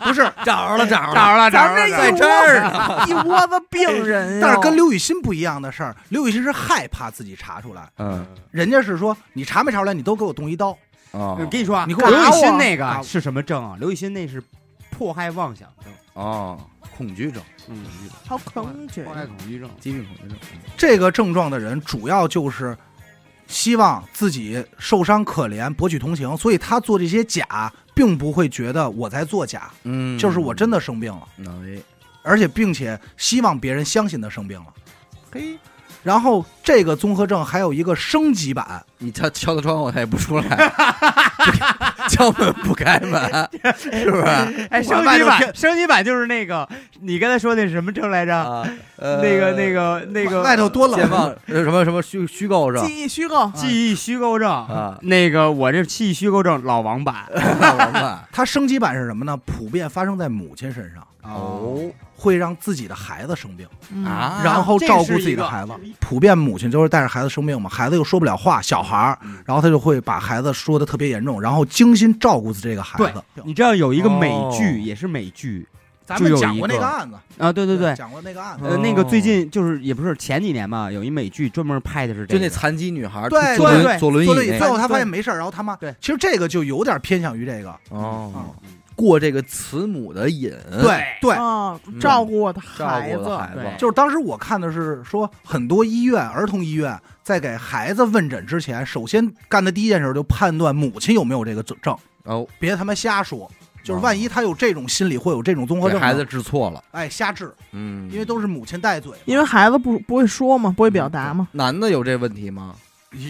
不是嗯找着了找着找着了找咱着们了，这一窝一窝子病人啊哟， 但是哎跟刘雨欣不一样的事儿，刘雨欣是害怕自己查出来，嗯人家是说你查没查出来，你都给我动一刀。啊我跟你说啊，你给我刘雨打我欣那个打啊我是什么症啊？刘雨欣那是迫害妄想症，哦，恐惧症，嗯，好恐惧迫。害恐惧症。疾病恐惧症，这个症状的人主要就是希望自己受伤可怜，博取同情，所以他做这些假，并不会觉得我在作假，嗯就是我真的生病了，能力，而且并且希望别人相信他生病了。嘿，然后这个综合症还有一个升级版，你敲敲他窗户他也不出来， 不敲门不开门，是不是？哎，升外级头版，天升级版就是那个你刚才说那什么症来着？啊，那个、那个个、那个外头多冷解 放呃什么什么虚虚构是吧？ 记忆虚构，记忆虚构症啊那个我这记忆虚构症老王版那我们它升级版是什么呢？普遍发生在母亲身上，哦会让自己的孩子生病，嗯，啊然后这照顾是自己一的个孩子。普遍母亲就是带着孩子生病嘛，孩子又说不了话，小孩儿，嗯然后他就会把孩子说的特别严重，然后精心照顾这个孩子。你知道有一个美剧，哦也是美剧咱就们有讲一过那个个案子，啊，对对对，讲过那个案子。呃，那个哦最近就是也不是前几年吧，有一美剧专门拍的是这就个，那残疾女孩对坐轮对对坐轮坐椅椅，那最个后他发现没事儿，然后他妈对其实这个就有点偏向于这个，哦嗯，过这个慈母的瘾，对对，哦嗯照顾我的照孩顾子的，孩对子，就是当时我看的是说，很多医院儿童医院在给孩子问诊之前，首先干的第一件事就判断母亲有没有这个症，哦，别他妈瞎说。就是万一他有这种心理，会有这种综合给症，孩子治错了，哎瞎治，嗯，因为都是母亲带嘴，因为孩子不不会说嘛，不会表达嘛，男的有这问题吗？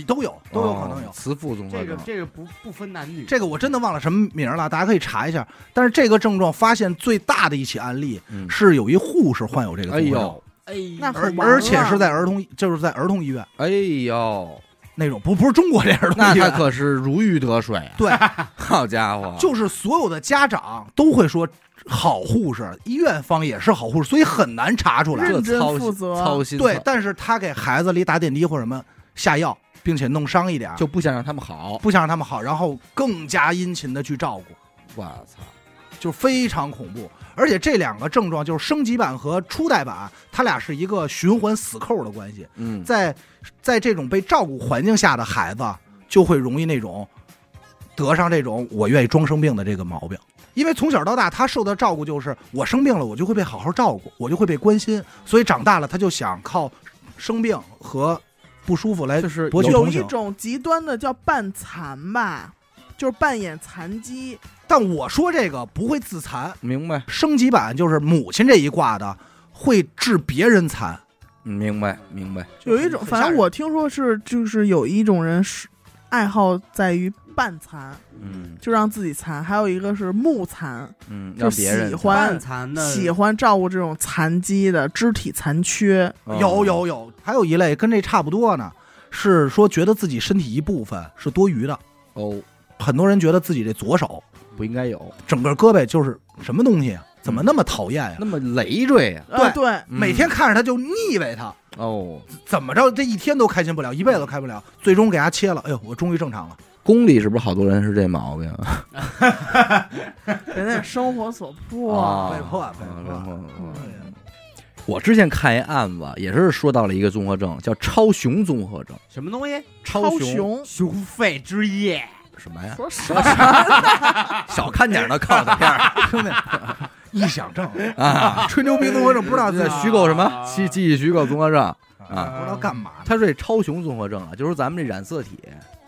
都有都有可能有哦。慈父综合这个症，这个不不分男女，这个我真的忘了什么名儿了，大家可以查一下。但是这个症状发现最大的一起案例嗯是有一护士患有这个哎综合症，呦，哎那而很完而且了是在儿啊童，就是在儿童医院哎呦， 那种，不不是中国这儿童那医他院，可是如鱼得水啊！对， 好家伙，就是所有的家长都会说好护士，医院方也是好护士，所以很难查出来。这认真操负心责操心对操，但是他给孩子离打点滴或什么下药，并且弄伤一点儿，就不想让他们好。不想让他们好，然后更加殷勤的去照顾。我操，就非常恐怖。而且这两个症状就是升级版和初代版，它俩是一个循环死扣的关系。嗯，在在这种被照顾环境下的孩子，就会容易那种得上这种我愿意装生病的这个毛病。因为从小到大，他受的照顾就是我生病了，我就会被好好照顾，我就会被关心，所以长大了他就想靠生病和不舒服来就是博取有有同一情。种极端的叫扮残吧，就是扮演残疾，但我说这个不会自残，明白，升级版就是母亲这一卦的会治别人残，嗯明白，明白。有一种，反正我听说是就是有一种人是爱好在于半残，嗯就让自己残；还有一个是木残，嗯，就让喜别人欢半残的喜欢照顾这种残疾的肢体残缺。哦有有有，还有一类跟这差不多呢，是说觉得自己身体一部分是多余的，哦，很多人觉得自己这左手不应该有整个胳膊就是什么东西啊，怎么那么讨厌呀、那么累赘呀。呃，对，嗯每天看着他就腻歪他，哦，怎么着这一天都开心不了，一辈子都开不了，最终给他切了，哎呦，我终于正常了。宫里是不是好多人是这毛病啊？人家生活所迫，啊被迫哎被嗯迫嗯嗯嗯我之前看一案子，也是说到了一个综合症，叫超雄综合症。什么东西？超雄雄，雄肺之夜，什么 呀？说啥？少看点儿的靠的片儿兄弟，臆想症 啊！吹牛逼的我怎么不知道在在虚构什么？记记忆虚构综合症，不知道干嘛呢？它是这超雄综合症啊，就是咱们这染色体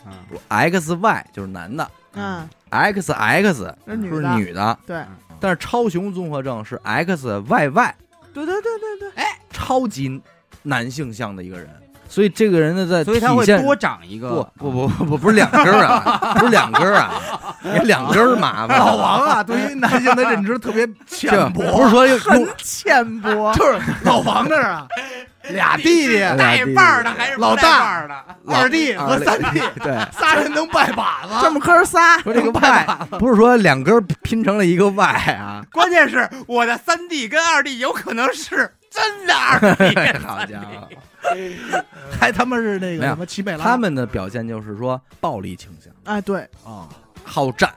啊 X Y 就是男的嗯， ，X X 那女是的，女的，对，但是超雄综合症是 X Y Y，对对对对对，超级男性向的一个人，所以这个人呢在所以他会体现多长一个不。不不 不不不是两根儿啊，不是两根儿啊，你两根儿麻烦。 老王啊，对于男性的认知特别这浅薄，。不是说用很浅薄就是老王那儿 啊，俩弟弟、带带把儿的还是不老带大把儿的？ 老二弟和三弟，对。仨人能拜把这子。么哥仨，说这个 Y 不是说两根儿拼成了一个 Y 啊，，关键是我的三弟跟二弟有可能是真的二弟哎好家伙！ 还他妈是那没有么齐美他们的表现就是说暴力倾向、哎，对，啊，好战、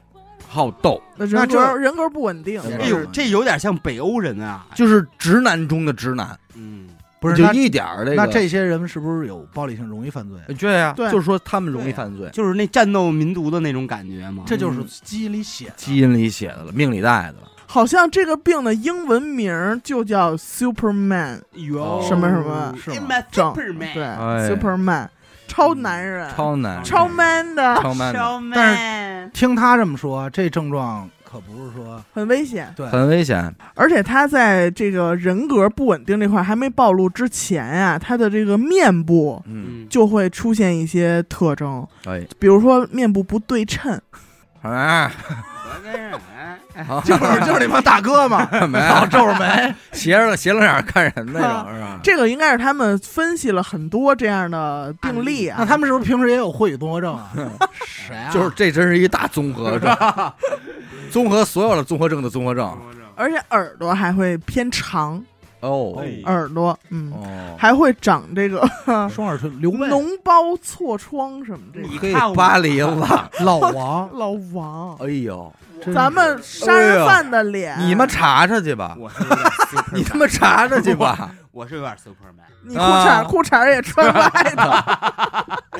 好斗，那人格这人格不稳定，人哎呦，这有点像北欧人啊！就是直男中的直男，嗯，不是就那一点儿这个。那这嗯些人是不是有暴力性容易犯罪？对呀、对就是说他们容易对啊呀犯罪，就是那战斗民族的那种感觉嘛。这就是基因里写的。基因里写的了，命里带的了。好像这个病的英文名儿就叫 Superman，哟什么什么是吗 I'm a 整 Superman 对、哎 Superman，超男人，超难，超 man 的，超 man，的嗯小妹，听他这么说，这症状可不是说很危险。对，很危险。而且他在这个人格不稳定这块还没暴露之前啊，他的这个面部嗯，就会出现一些特征，哎，比如说面部不对称，啊， 哎就是就是你们大哥 嘛，什么老呀？皱着 眉，哎斜着斜着眼看人那种是 吧？这个应该是他们分析了很多这样的病例啊。那他们是不是平时也有霍雨综合症啊？谁啊？就是这真是一大综合症，综合所有的综合症的综合症。而且耳朵还会偏长，哦耳朵嗯哦，还会长这个哎双耳垂留脓。脓包、痤疮什么这你个。可以巴黎了。老 王，老王，哎呦，真咱们杀人犯的 脸，哎你们查查去吧，我是有点 super， 你他妈查查去吧。我是有点 superman，你裤衩、啊裤衩也穿歪的，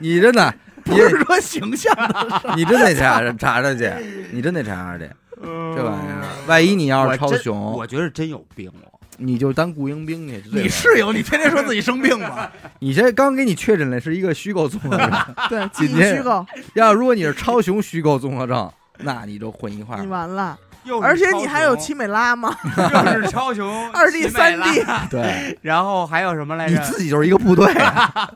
你真的，你不是说形象的， 你真得查查查查去，你真得查查去。嗯这玩意儿，万一你要我是超真雄，我觉得真有病我。你就当雇佣兵去。就这你种室友，你天天说自己生病吗？你这刚给你确诊的是一个虚构综合 症，对，记忆紧接着虚构，要如果你是超雄虚构综合症，那你就混一块你儿。完了。又是而且你超还有雄奇美拉吗？又是超 雄二 D、三 D，对，然后还有什哎么来你着？自己就是一个部队 啊。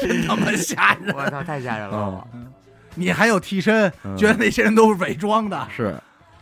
真他妈吓人！我操，太吓人哦了！ 你还有替身，嗯觉得那些人都是伪装的，是，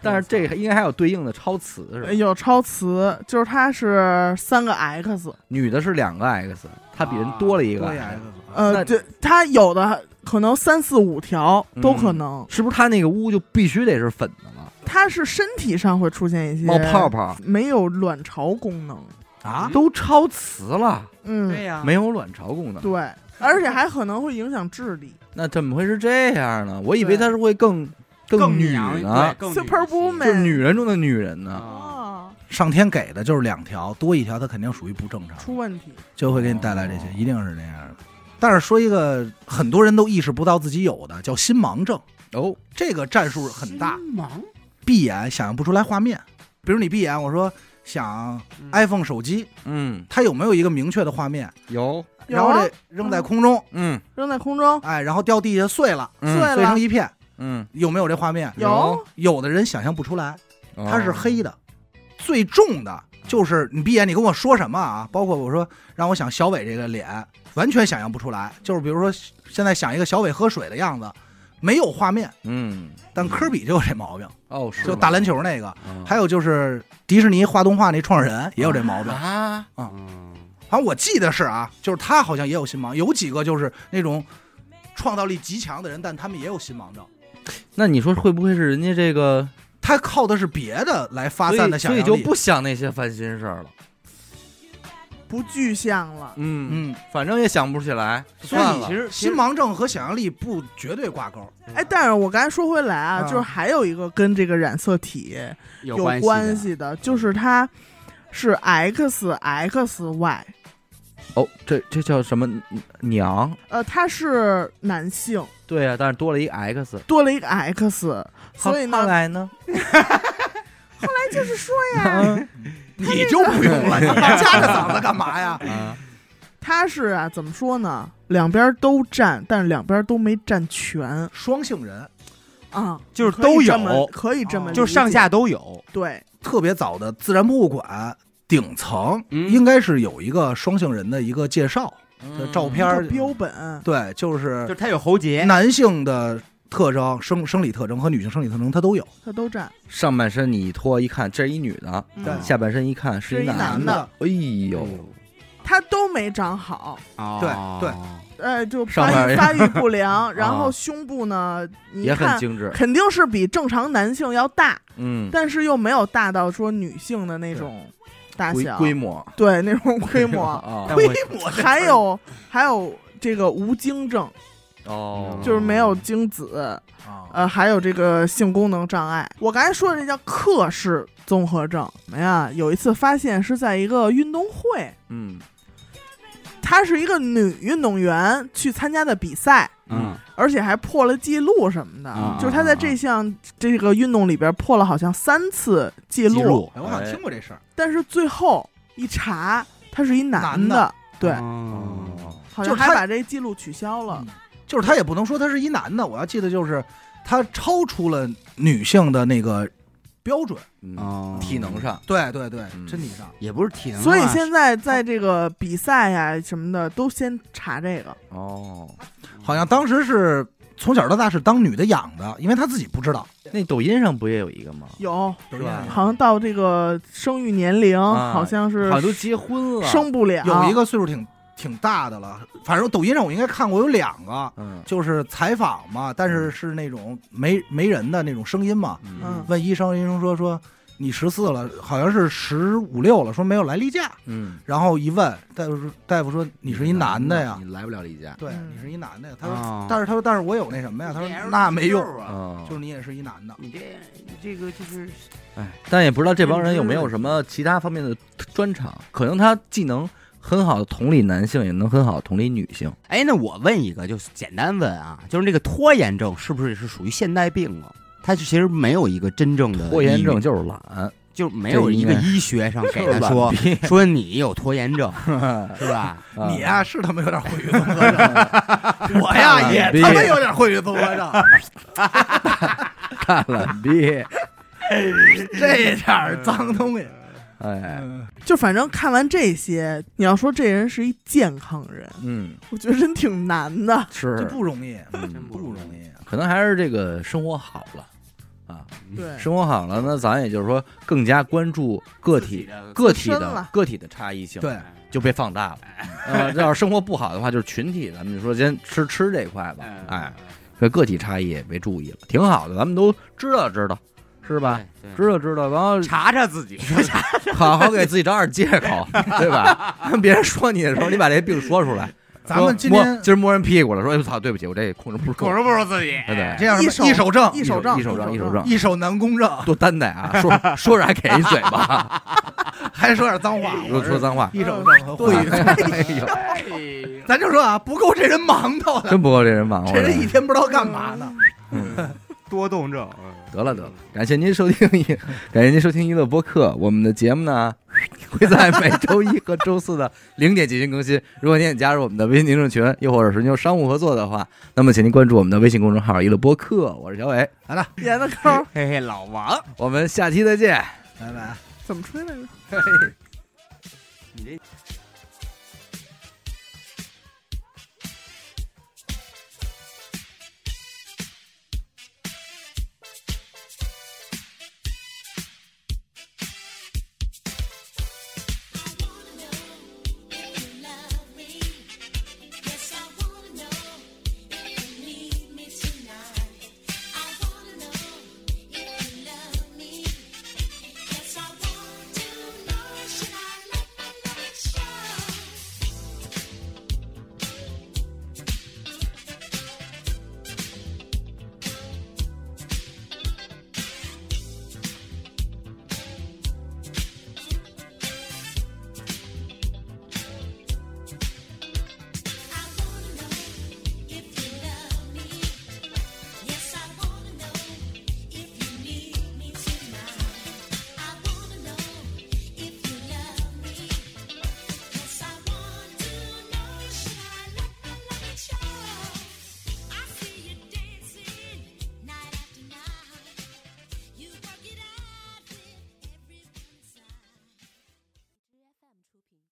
但是这个应该还有对应的超雌是吧？哎有超雌，就是它是三个 X，女的是两个 X，她比人多了一个 对 X，、啊呀，呃，那对，它有的可能三四五条都可嗯能。是不是？她那个屋就必须得是粉的了，它是身体上会出现一些冒泡，泡，没有卵巢功能。啊，都超雌了，嗯嗯，对呀，没有卵巢功能。对，而且还可能会影响智力。那怎么会是这样呢？我以为对她是会更更女娘呢，，对更 Superwoman 就是女人中的女人呢。啊，啊，上天给的就是两条，多一条它肯定属于不正常，出问题。就会给你带来这些哦，一定是这样的。但是说一个很多人都意识不到自己有的叫心盲症，哦，这个战术很大，嗯忙闭眼想象不出来画面。比如你闭眼，我说想嗯 iPhone 手机，嗯，它有没有一个明确的画面？有，有然后啊这扔在空中，嗯扔在空中，哎，然后掉地下碎了，嗯碎碎了成，一片，嗯，有没有这画面？有有的人想象不出来，哦它是黑的。最重的就是你闭眼，你跟我说什么啊？包括我说让我想小伟这个脸，完全想象不出来。就是比如说现在想一个小伟喝水的样子，没有画面。嗯，但科比就有这毛病，哦，是就吗打篮，球那个，哦还有就是迪士尼画动画那创始人也有这毛病。啊，嗯，反正我记得是啊，就是他好像也有心盲，有几个就是那种创造力极强的人，但他们也有心盲症。那你说会不会是人家这个他靠的是别的来发所散以的想所以象力，就不想那些烦心事儿了。不具象了。嗯嗯，反正也想不起来，所以算了其实其心实盲症和想象力不绝对挂钩。哎，但是我刚才说回来啊，啊就是还有一个跟这个染色体嗯有有关关系的，就是它是 X X Y，哦，这这叫什么娘？呃，它是男性，对啊，但是多了一 X，多了一个 X，所以后后呢，来呢？那就是说呀嗯，你就不用了，你夹着嗓子干嘛呀？啊， 它是啊，怎么说呢？两边都占，但是两边都没占全 双性人啊，就是可以都有这么可以这么哦理解，就是上下都有，对，特别早的自然博物馆顶层嗯应该是有一个双性人的一个介绍的照片就儿，是标本，对，就是就是它有喉结，男性的特征、生生理特征和女性生理特征，它都有。它都占。嗯上半身你一脱一看，这是一女的，嗯对下半身一看是是一男男的，哎呦，嗯它都没长好，哦对呃，就上发育面发育不 良，然后啊胸部呢，你也很看精致，肯定是比正常男性要大，嗯，但是又没有大到说女性的那种大规小，规模对那种 规模，啊但，我模还有还有这个无精症，哦，就是没有精子，啊，呃，还有这个性功能障碍。我刚才说的这叫克氏综合症，什么呀？有一次发现是在一个运动会，嗯她是一个女运动员去参加的比赛，嗯而且还破了记录什么的，啊就是她在这项这个运动里边破了好像三次记录，记录哎我好像听过这事儿。但是最后一查，他是一男男的对，哦哦，好就像是还他把这记录取消了嗯。就是他也不能说他是一男的，我要记得就是他超出了女性的那个标准，嗯，哦，体能上，对对对，嗯身体上，也不是体能啊，所以现在在这个比赛呀、什么的，都先查这个。哦，好像当时是从小到大是当女的养的，因为他自己不知道，那抖音上不也有一个吗？有，是吧好像到这个生育年龄，啊好像是好像都结婚了，生不了。有一个岁数挺挺大的了，反正抖音上我应该看过有两个，嗯就是采访嘛，但是是那种没没人的那种声音嘛。嗯问医生，医生说说你十四了，好像是十五六了，说没有来例假。嗯，然后一问大夫说，大夫说你是一男的啊呀，你来不了例假，对嗯你是一男的呀。他说，哦，但是他说但是我有那什么呀？他说那没用，啊，嗯，就是你也是一男的。你这你这个就是哎，但也不知道这帮人有没有什么其他方面的专长，可能他既能很好的同理男性，也能很好地同理女性。哎，那我问一个，就是简单问啊，就是这个拖延症是不是也是属于现代病了？它其实没有一个真正的拖延症医就是 懒，就是没有一个这应该医学上 给就是他懒说逼说你有拖延症，是吧？啊你呀、是他妈有点会语综合症，我大呀也懒逼他妈有点会语综合 症，大懒逼，这点儿脏东西。哎，嗯就反正看完这些，你要说这人是一健康人，嗯，我觉得真挺难的。是这，不容易，嗯不容易。啊可能还是这个生活好了啊，哎对，生活好了，那咱也就是说更加关注个体。个体自身的了个体的差异性，对，哎就被放大了。呃，要是生活不好的话，就是群体的。咱们就说先吃吃这块嗯吧，哎，这个体差异也别注意了，挺好的，咱们都知道知道，是吧？哎对，对知道知道，然后查查自 己，好好给自己找点借 口，对吧？跟别人说你的时候，你把这病说出来。咱们今说摸天今儿摸人屁股了，说哎操，对不起，我这控制不住，控制不住自己，对对这样一什手么一手证，一啊一手手杖，一手杖，一手杖，一手南宫症，多担待 啊！说说着还给一嘴 巴，还说点脏话，说说脏话，一手证和会语。哎呦，哎咱就说啊，不够这人忙叨的，真不够这人忙活这的人。一天不知道干嘛呢。多动症，嗯得了得了，感谢您收听一，感谢您收听娱乐播客。我们的节目呢， 会在每周一和周四的零点进行更新。如果您也加入我们的微信听众群，又或者是您有商务合作的话，那么请您关注我们的微信公众号“娱乐播客”，我是小伟，演的抠嘿嘿，老王，我们下期再见。拜拜。怎么吹来着？你这。